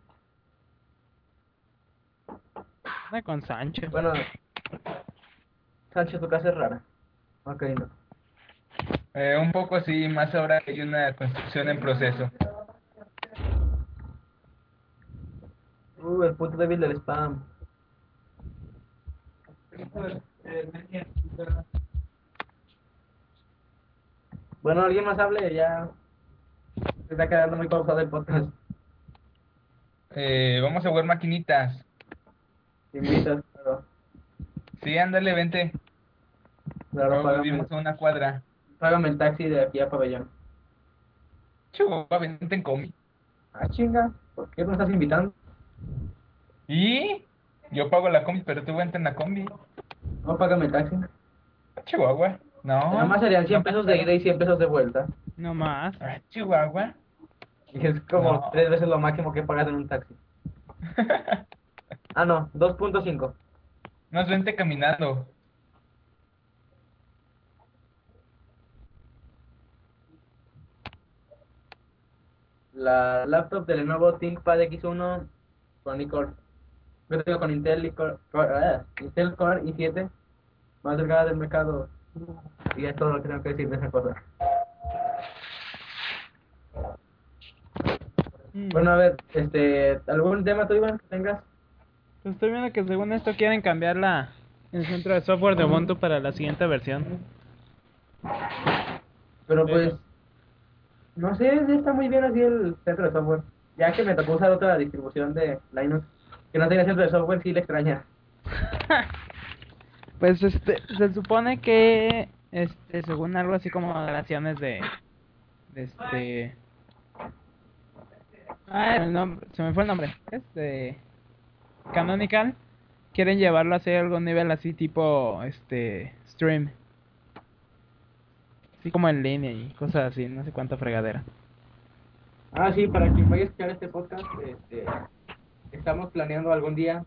[SPEAKER 2] Anda con Sancho.
[SPEAKER 3] Bueno, Sánchez, tu casa es rara. Ok, no.
[SPEAKER 5] Eh, un poco así, más ahora que hay una construcción en proceso.
[SPEAKER 3] Uh, el punto débil del spam. Bueno, alguien más hable, ya. Se está quedando muy pausado el podcast.
[SPEAKER 5] Eh, vamos a jugar maquinitas.
[SPEAKER 3] Te invitas, pero.
[SPEAKER 5] Sí, ándale, vente.
[SPEAKER 3] Claro,
[SPEAKER 5] Luego
[SPEAKER 3] págame,
[SPEAKER 5] vivimos a una cuadra.
[SPEAKER 3] págame el taxi de aquí a Pabellón.
[SPEAKER 5] Chihuahua, vente en combi.
[SPEAKER 3] Ah, chinga, ¿por qué me estás invitando?
[SPEAKER 5] Y yo pago la combi, pero tú vente en la combi.
[SPEAKER 3] No, págame el taxi.
[SPEAKER 5] Chihuahua.
[SPEAKER 3] Nada más
[SPEAKER 5] No.
[SPEAKER 3] serían 100 pesos de ida y 100 pesos de vuelta.
[SPEAKER 2] No más.
[SPEAKER 5] Ah, Chihuahua.
[SPEAKER 3] Y es como
[SPEAKER 5] No.
[SPEAKER 3] tres veces lo máximo que pagas en un taxi. Ah, no, 2.5.
[SPEAKER 5] Nos vente caminando.
[SPEAKER 3] La laptop de Lenovo ThinkPad X1 con iCore. Yo tengo con Intel, iCore, Core, ah, Intel Core i7, más delgada del mercado. Y es todo lo que tengo que decir de esa cosa.
[SPEAKER 2] Mm.
[SPEAKER 3] Bueno, a ver, este, ¿algún tema tú, Iván, que tengas?
[SPEAKER 2] Pues Estoy viendo que según esto quieren cambiar la el centro de software de Ubuntu para la siguiente versión.
[SPEAKER 3] Pero
[SPEAKER 2] Sí.
[SPEAKER 3] pues, no sé, está muy bien así el centro de software. Ya que me tocó usar otra distribución de Linux que no tenía centro de software, sí le extraña.
[SPEAKER 2] Pues este se supone que este según algo así como relaciones de, de este Ah, el nombre, se me fue el nombre. Este Canonical quieren llevarlo a hacer algún nivel así tipo este stream. Así como en línea y cosas así, no sé cuánta fregadera.
[SPEAKER 3] Ah, sí, para quien vaya a escuchar este podcast, este, estamos planeando algún día,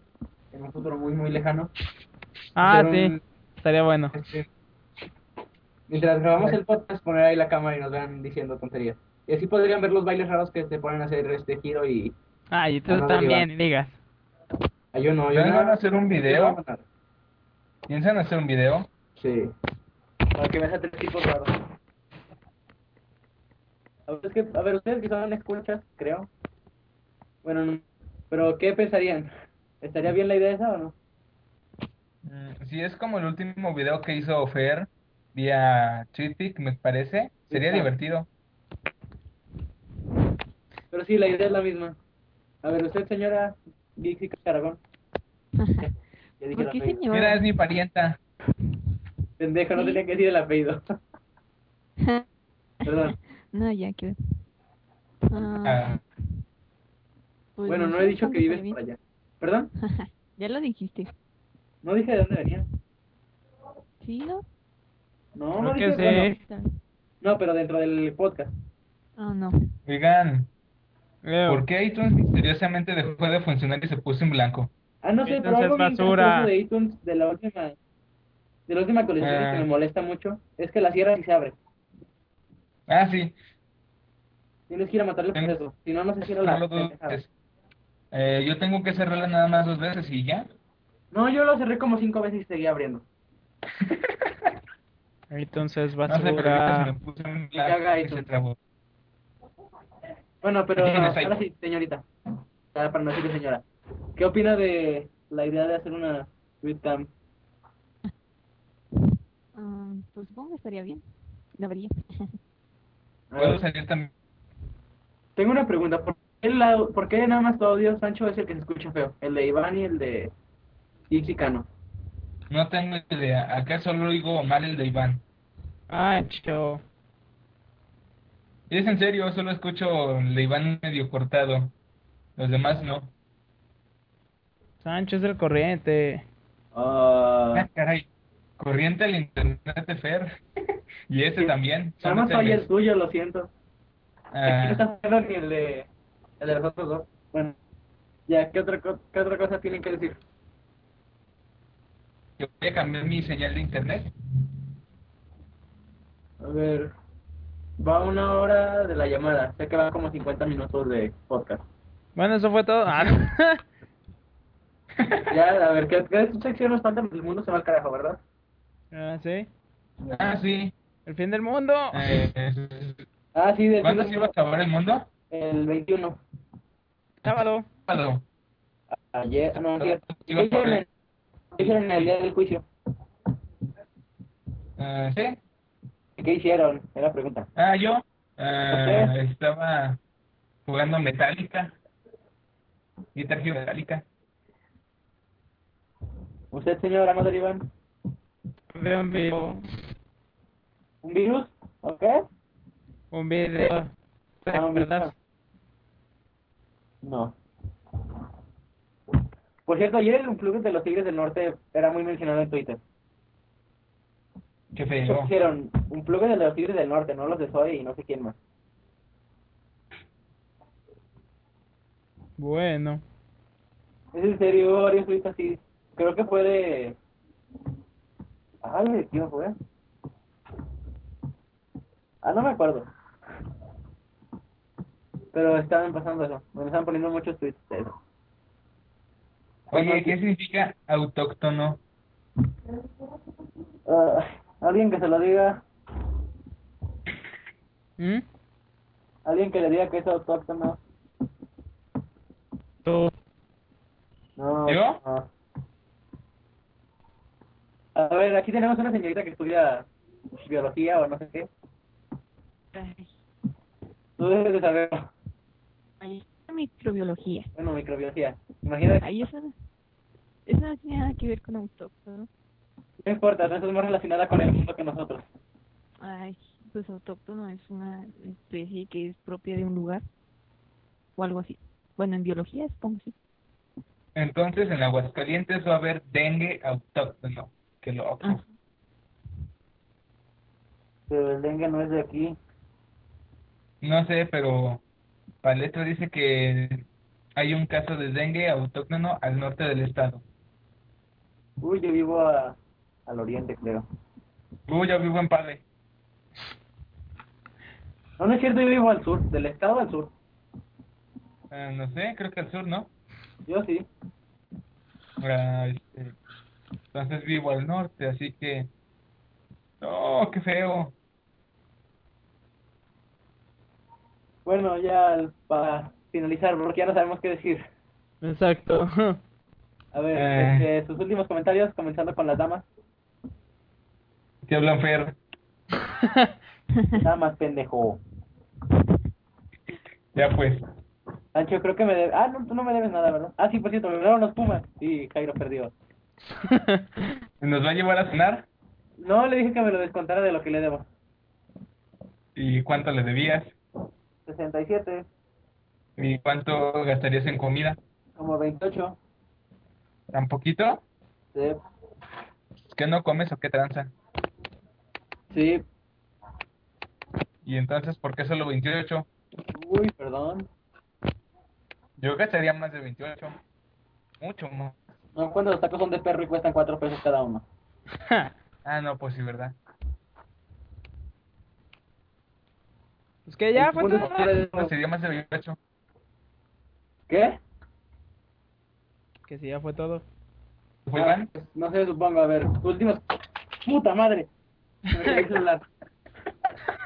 [SPEAKER 3] en un futuro muy, muy lejano.
[SPEAKER 2] Ah,
[SPEAKER 3] hacer
[SPEAKER 2] sí.
[SPEAKER 3] un-
[SPEAKER 2] Estaría bueno.
[SPEAKER 3] este, mientras grabamos el podcast, poner ahí la cámara y nos vean diciendo tonterías. Y así podrían ver los bailes raros que se ponen a hacer este giro y...
[SPEAKER 2] Ah, y tú
[SPEAKER 3] Ah, no,
[SPEAKER 2] también,
[SPEAKER 3] Iván.
[SPEAKER 2] digas.
[SPEAKER 3] Ah, yo no, yo
[SPEAKER 5] ¿Piensan
[SPEAKER 3] no.
[SPEAKER 5] hacer un
[SPEAKER 3] Yo no
[SPEAKER 5] video?
[SPEAKER 3] hago nada.
[SPEAKER 5] ¿Piensan hacer un video?
[SPEAKER 3] Sí. Para que veas a tres tipos raros. A ver, es que- a ver, ustedes que son escuchas, creo. Bueno, no. Pero, ¿qué pensarían? ¿Estaría bien la idea esa o no?
[SPEAKER 5] Mm, Si es como el último video que hizo Fer vía Cheatpick, me parece, sería
[SPEAKER 3] Ajá.
[SPEAKER 5] divertido.
[SPEAKER 3] Pero sí, la idea es la misma. A ver, usted, señora Dixie Caragón. Ya dije el
[SPEAKER 4] ¿Por qué
[SPEAKER 3] apellido.
[SPEAKER 4] señor?
[SPEAKER 5] Mira, es mi parienta.
[SPEAKER 3] Pendejo, no tenía que decir el apellido. Perdón.
[SPEAKER 4] no, ya, que... Ah,
[SPEAKER 5] Ah,
[SPEAKER 4] pues
[SPEAKER 3] Bueno, no
[SPEAKER 4] sé
[SPEAKER 3] he dicho
[SPEAKER 4] dónde
[SPEAKER 3] que vives
[SPEAKER 4] viví.
[SPEAKER 3] por allá. ¿Perdón?
[SPEAKER 4] ya lo dijiste.
[SPEAKER 3] No dije de dónde venía.
[SPEAKER 4] ¿Sí, no?
[SPEAKER 3] No, no
[SPEAKER 2] Creo
[SPEAKER 3] dije
[SPEAKER 2] que
[SPEAKER 3] bueno,
[SPEAKER 2] sí.
[SPEAKER 3] No, pero dentro del podcast.
[SPEAKER 4] Ah, no.
[SPEAKER 5] Oigan,
[SPEAKER 2] Leo.
[SPEAKER 5] ¿por qué iTunes misteriosamente dejó de funcionar y se puso en blanco?
[SPEAKER 3] Ah, no sé, pero
[SPEAKER 2] Entonces,
[SPEAKER 3] algo bien
[SPEAKER 2] basura.
[SPEAKER 3] gracioso de iTunes de la última de la última actualización
[SPEAKER 5] Ah.
[SPEAKER 3] que me molesta mucho es que la sierra sí se abre.
[SPEAKER 5] Ah, sí,
[SPEAKER 3] Tienes que ir a matarle el
[SPEAKER 5] Tengo-
[SPEAKER 3] proceso, si no no se cierra
[SPEAKER 5] no
[SPEAKER 3] la
[SPEAKER 5] lo dudes.
[SPEAKER 3] pendejada.
[SPEAKER 5] pues, Eh, yo tengo que cerrarla nada más dos veces y ya.
[SPEAKER 3] No, yo lo cerré como cinco veces y seguía abriendo.
[SPEAKER 2] Entonces
[SPEAKER 5] No sé, pero ahorita se
[SPEAKER 2] basura.
[SPEAKER 5] me puso en
[SPEAKER 3] Ya haga
[SPEAKER 5] blanco y se
[SPEAKER 3] iTunes.
[SPEAKER 5] trabó.
[SPEAKER 3] Bueno, pero
[SPEAKER 5] Tienes
[SPEAKER 3] ahora
[SPEAKER 5] iPhone.
[SPEAKER 3] sí, señorita. Ah, Para no decirle señora. ¿Qué opina de la idea de hacer una webcam
[SPEAKER 4] Ah, pues supongo que estaría bien. No vería.
[SPEAKER 3] Ah.
[SPEAKER 5] Puedo salir también.
[SPEAKER 3] Tengo una pregunta. ¿Por qué, la- por qué nada más tu audio, Sancho, es el que se escucha feo? El de Iván y el de Ixicano.
[SPEAKER 5] No tengo idea. Acá solo digo mal el de Iván.
[SPEAKER 2] Sancho.
[SPEAKER 5] Y es en serio, solo escucho el de Iván medio cortado. Los demás no.
[SPEAKER 2] Sancho es el corriente.
[SPEAKER 5] Ah, caray. Corriente al internet de Fer. y ese también.
[SPEAKER 3] nada
[SPEAKER 5] Son
[SPEAKER 3] más oye
[SPEAKER 5] hoteles.
[SPEAKER 3] el tuyo, lo siento. Aquí no
[SPEAKER 5] Ah,
[SPEAKER 3] está feo ni el de, el de los otros dos. Bueno, ya, ¿qué otra, co- ¿qué otra cosa tienen que decir?
[SPEAKER 5] yo voy a cambiar mi señal de internet.
[SPEAKER 3] A ver, va una hora de la llamada. Sé que va como 50 minutos de podcast.
[SPEAKER 2] Bueno, eso fue todo. Ah,
[SPEAKER 3] Ya, a ver, ¿qué, qué sección nos falta? pues, El mundo se va al carajo, ¿verdad?
[SPEAKER 2] ah, sí.
[SPEAKER 5] Ah, sí.
[SPEAKER 2] El fin del mundo.
[SPEAKER 5] Eh, eh,
[SPEAKER 3] Ah, sí, del
[SPEAKER 5] ¿Cuándo
[SPEAKER 3] fin
[SPEAKER 5] se
[SPEAKER 3] de-
[SPEAKER 5] iba a acabar el mundo?
[SPEAKER 3] el 21.
[SPEAKER 2] Sábado.
[SPEAKER 5] Sábado.
[SPEAKER 3] Ayer, no, no es cierto.
[SPEAKER 5] Sí, va a
[SPEAKER 3] Dijeron
[SPEAKER 5] correr.
[SPEAKER 3] en- dijeron el día del juicio.
[SPEAKER 5] Ah, ¿Sí?
[SPEAKER 3] ¿Qué hicieron? Era la pregunta.
[SPEAKER 5] Ah, yo ah,
[SPEAKER 3] Ok.
[SPEAKER 5] estaba jugando Metallica. Guitar Hero Metallica.
[SPEAKER 3] ¿Usted, señor Amado Iván?
[SPEAKER 2] Veo un video.
[SPEAKER 3] ¿Un virus? ¿Ok?
[SPEAKER 2] Un video. ¿Te
[SPEAKER 3] Ah, un virus.
[SPEAKER 2] acuerdas?
[SPEAKER 3] No. Por cierto, ayer el club de los Tigres del Norte era muy mencionado en Twitter.
[SPEAKER 5] Qué
[SPEAKER 3] Muchos
[SPEAKER 5] feo.
[SPEAKER 3] Dijeron, un club de los Tigres del Norte, no los de Soy y no sé quién más.
[SPEAKER 2] Bueno.
[SPEAKER 3] Es en serio, hubo varios tweets así. Creo que fue de. Ah, ¿de quién fue? Ah, no me acuerdo. Pero estaban pasando eso. Me estaban poniendo muchos tweets de eso.
[SPEAKER 5] Oye, ¿qué significa autóctono?
[SPEAKER 3] Ah, alguien que se lo diga.
[SPEAKER 2] ¿Mm?
[SPEAKER 3] Alguien que le diga que es autóctono.
[SPEAKER 2] Tú.
[SPEAKER 3] No.
[SPEAKER 5] ¿Yo?
[SPEAKER 3] no. A ver, aquí tenemos una señorita que estudia biología o no sé qué.
[SPEAKER 4] Ay,
[SPEAKER 3] Tú debes de saberlo.
[SPEAKER 4] ahí está microbiología.
[SPEAKER 3] Bueno, microbiología. Imagínate.
[SPEAKER 4] Ahí eso, eso no tiene nada que ver con autóctono.
[SPEAKER 3] No importa, no estás más relacionada con el mundo que nosotros.
[SPEAKER 4] Ay, pues autóctono es una especie que es propia de un lugar o algo así. Bueno, en biología supongo sí.
[SPEAKER 5] Entonces en Aguascalientes va a haber dengue autóctono. Qué loco.
[SPEAKER 4] Ah,
[SPEAKER 3] Pero el dengue no es de aquí.
[SPEAKER 5] No sé, pero Paleta dice que hay un caso de dengue autóctono al norte del estado.
[SPEAKER 3] Uy, yo vivo a, al oriente, creo.
[SPEAKER 5] Uy, yo vivo en Padre.
[SPEAKER 3] No, no es cierto, yo vivo al sur, del estado al sur.
[SPEAKER 5] Ah, no sé, creo que al sur, ¿no?
[SPEAKER 3] Yo sí.
[SPEAKER 5] Ah, este, entonces vivo al norte, así que... ¡Oh, qué feo!
[SPEAKER 3] Bueno, ya al- para finalizar, porque ya no sabemos qué decir.
[SPEAKER 2] Exacto.
[SPEAKER 3] A ver,
[SPEAKER 5] Eh.
[SPEAKER 3] este, sus últimos comentarios, comenzando con las damas.
[SPEAKER 5] Te hablan Fer.
[SPEAKER 3] Damas, pendejo.
[SPEAKER 5] Ya pues.
[SPEAKER 3] Sancho, creo que me debes... Ah, no, tú no me debes nada, ¿verdad? Ah, sí, por cierto, me ganaron los Pumas. Sí, Jairo perdió.
[SPEAKER 5] Nos va a llevar a cenar.
[SPEAKER 3] No, le dije que me lo descontara de lo que le debo.
[SPEAKER 5] ¿Y cuánto le debías?
[SPEAKER 3] 67,
[SPEAKER 5] ¿Y cuánto gastarías en comida?
[SPEAKER 3] como 28.
[SPEAKER 5] ¿Tan poquito?
[SPEAKER 3] Sí.
[SPEAKER 5] ¿Qué no comes o qué tranza?
[SPEAKER 3] Sí.
[SPEAKER 5] Y entonces, ¿por qué solo 28?
[SPEAKER 3] Uy, perdón.
[SPEAKER 5] Yo gastaría más de 28. Mucho más.
[SPEAKER 3] No, cuando los tacos son de perro y cuestan cuatro pesos cada uno.
[SPEAKER 5] Ah, no, pues sí, ¿verdad?
[SPEAKER 2] pues que ya fue
[SPEAKER 3] Bueno,
[SPEAKER 2] todo.
[SPEAKER 3] pues,
[SPEAKER 5] Gastaría más de 28.
[SPEAKER 3] ¿Qué?
[SPEAKER 2] Que sí, ya fue todo.
[SPEAKER 5] ¿Fue
[SPEAKER 3] Ah,
[SPEAKER 5] Iván?
[SPEAKER 3] pues, no sé, supongo, a ver, últimos... ¡Puta madre! Se me cayó el celular.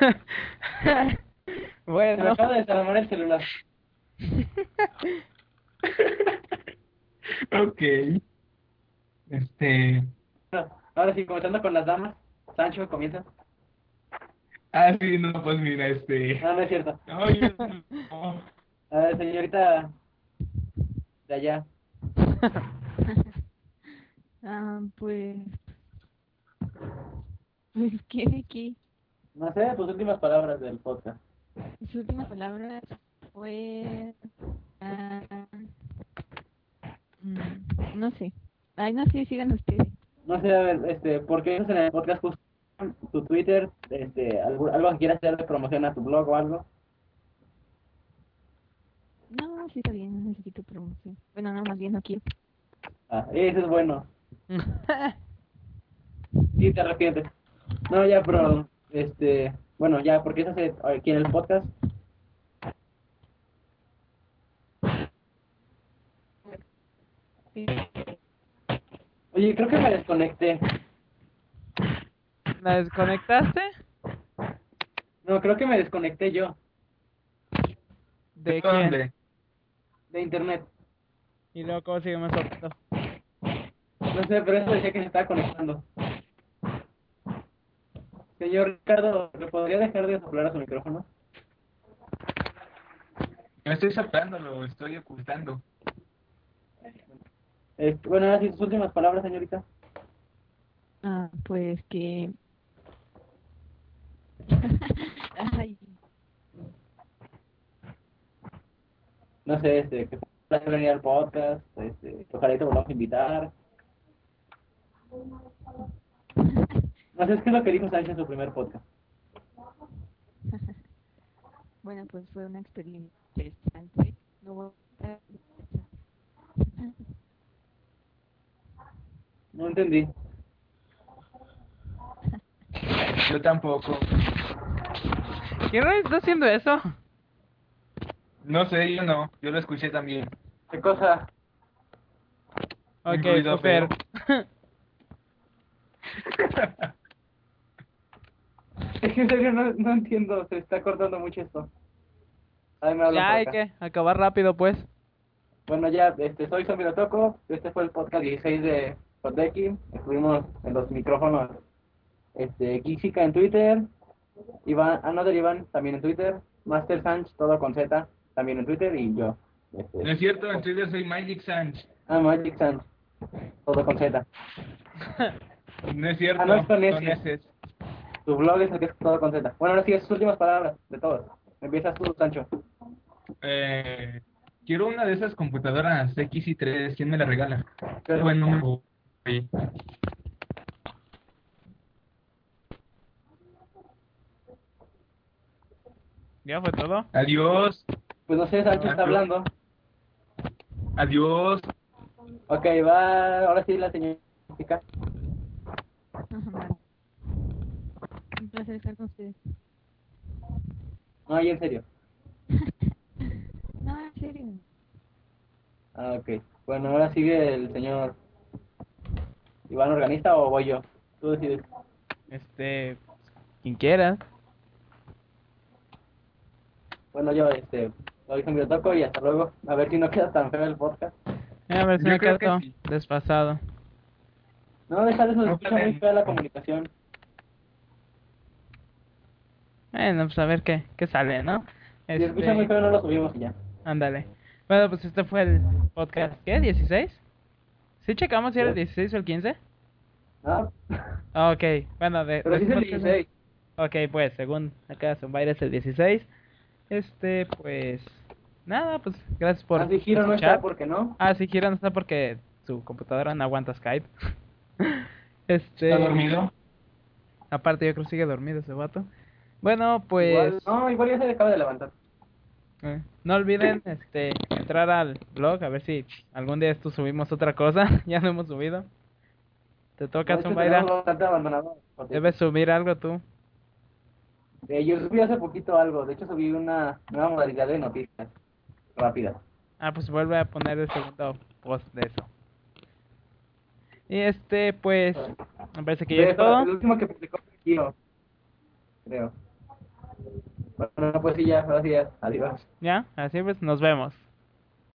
[SPEAKER 3] Se me
[SPEAKER 2] Bueno.
[SPEAKER 3] acaba de desarmar el celular.
[SPEAKER 5] Ok. Este. Este,
[SPEAKER 3] Bueno, ahora sí, comenzando con las damas. Sancho, comienza.
[SPEAKER 5] Ah, sí, no, pues mira, este.
[SPEAKER 3] No, no es cierto.
[SPEAKER 5] Ay, no.
[SPEAKER 3] A ver, señorita de allá.
[SPEAKER 4] Ah, pues. Pues, ¿qué de qué?
[SPEAKER 3] No sé, tus últimas palabras del podcast.
[SPEAKER 4] Mis últimas palabras fue. ah, mm, no sé. Ay, no sé, sigan ustedes.
[SPEAKER 3] No sé, a ver, este, ¿por qué no en el podcast justo tu Twitter? Este, algo, algo que quieras hacer de promoción a tu blog o algo.
[SPEAKER 4] No, sí, está bien, no necesito promoción. Bueno, no, más bien no quiero.
[SPEAKER 3] Ah, eso es bueno. Sí, te arrepientes. No, ya, pero, este, bueno, ya, porque eso se aquí en el podcast.
[SPEAKER 4] Sí.
[SPEAKER 3] Oye, creo que me desconecté.
[SPEAKER 2] ¿La desconectaste?
[SPEAKER 3] No, creo que me desconecté yo
[SPEAKER 2] ¿De quién?
[SPEAKER 5] ¿Dónde?
[SPEAKER 3] de internet.
[SPEAKER 2] Y luego, ¿cómo sigue más rápido?
[SPEAKER 3] No sé, pero eso decía que se estaba conectando. Señor Ricardo, ¿le podría dejar de soplar a su micrófono?
[SPEAKER 5] No estoy soplando, lo estoy ocultando.
[SPEAKER 3] Este, bueno, ahora sí, sus últimas palabras, señorita.
[SPEAKER 4] Ah, pues que. Ay,
[SPEAKER 3] No sé, este, que puedas venir al podcast, este, ojalá y te volvamos a invitar. No sé, es que es lo que dijo Sánchez en su primer podcast.
[SPEAKER 4] bueno, pues fue una experiencia interesante. No voy a-
[SPEAKER 3] No entendí.
[SPEAKER 5] Yo tampoco.
[SPEAKER 2] ¿Quién está haciendo eso?
[SPEAKER 5] No sé, yo no. Yo lo escuché también.
[SPEAKER 3] ¿Qué cosa?
[SPEAKER 5] Un
[SPEAKER 2] Ok,
[SPEAKER 5] ruido
[SPEAKER 2] super.
[SPEAKER 3] Es que en serio no, no entiendo, se está cortando mucho esto. Ahí me hablan
[SPEAKER 2] ya
[SPEAKER 3] por
[SPEAKER 2] hay
[SPEAKER 3] acá.
[SPEAKER 2] que acabar rápido, pues.
[SPEAKER 3] Bueno, ya, este, soy Zombie Lo Toco. Este fue el podcast 16 de Podeki. Estuvimos en los micrófonos este, Gixica en Twitter, Iván, Another Iván también en Twitter, Master Sanch, todo con Z, también en Twitter, y yo.
[SPEAKER 5] No
[SPEAKER 3] Este,
[SPEAKER 5] es cierto, en Twitter soy Magic Sanch.
[SPEAKER 3] ah, Magic Sanch, todo con Z.
[SPEAKER 5] No es cierto.
[SPEAKER 3] Ah, no, es con S.
[SPEAKER 5] son S's.
[SPEAKER 3] Tu blog es el que es todo con Z. Bueno, ahora sí, sus últimas palabras de todos. Empiezas tú, Sancho.
[SPEAKER 5] Eh, quiero una de esas computadoras XI3. ¿Quién me la regala?
[SPEAKER 3] Qué
[SPEAKER 5] bueno. oye.
[SPEAKER 2] Ya fue todo.
[SPEAKER 5] Adiós.
[SPEAKER 3] Pues no sé,
[SPEAKER 5] Ah,
[SPEAKER 3] Sancho está hablando.
[SPEAKER 5] Adiós.
[SPEAKER 3] Ok, va, ahora sí la señora Gixica.
[SPEAKER 4] Un placer estar con ustedes.
[SPEAKER 3] No, y en serio.
[SPEAKER 4] No, en serio.
[SPEAKER 3] Ah, ok. Bueno, ahora sigue el señor Iván Organista o voy yo. Tú decides.
[SPEAKER 2] Este. Quien quiera.
[SPEAKER 3] Bueno, yo, este, hoy me lo toco y hasta luego. A ver si no queda tan feo el podcast.
[SPEAKER 2] Ya me
[SPEAKER 5] Yo
[SPEAKER 2] me
[SPEAKER 5] creo que
[SPEAKER 2] quedo
[SPEAKER 5] sí.
[SPEAKER 2] desfasado.
[SPEAKER 3] No, deja de eso, se
[SPEAKER 5] No,
[SPEAKER 3] escucha
[SPEAKER 5] está
[SPEAKER 3] muy
[SPEAKER 5] bien.
[SPEAKER 3] fea la comunicación.
[SPEAKER 2] Bueno, pues a ver qué, qué sale, ¿no?
[SPEAKER 3] Si se escucha muy
[SPEAKER 2] Este,
[SPEAKER 3] feo, no lo subimos y ya.
[SPEAKER 2] ándale. Bueno, pues este fue el podcast. ¿Qué? ¿16? ¿Sí checamos si era el 16 o el 15?
[SPEAKER 3] No,
[SPEAKER 2] Ah, Ok, bueno, de.
[SPEAKER 3] pero sí es el
[SPEAKER 2] decimos que
[SPEAKER 3] 16.
[SPEAKER 2] Ok, pues según acá Zumbair es el 16. Este, pues. Nada, pues gracias por.
[SPEAKER 3] Así giro no
[SPEAKER 2] escuchar.
[SPEAKER 3] está porque no.
[SPEAKER 2] Ah, sí, Kira no está porque su computadora no aguanta Skype. este.
[SPEAKER 5] ¿Está dormido?
[SPEAKER 2] Aparte, yo creo que sigue dormido ese vato. Bueno, pues.
[SPEAKER 3] Igual- no, igual ya se acaba de levantar.
[SPEAKER 2] eh, no olviden este entrar al blog a ver si algún día esto subimos otra cosa. ya no hemos subido. Te toca,
[SPEAKER 3] No, es que
[SPEAKER 2] Zumbaira.
[SPEAKER 3] tenemos bastante abandonado. porque-
[SPEAKER 2] Debes subir algo tú.
[SPEAKER 3] Eh, yo subí hace poquito algo. De hecho, subí una nueva modalidad de noticias. Rápida.
[SPEAKER 2] Ah, pues vuelve a poner el segundo post de eso. Y este, pues, me parece que ya es
[SPEAKER 3] Eso,
[SPEAKER 2] todo.
[SPEAKER 3] El último que publicó fue Kiro, creo. Bueno, pues sí, ya, gracias. Adiós.
[SPEAKER 2] Ya, así pues, nos vemos.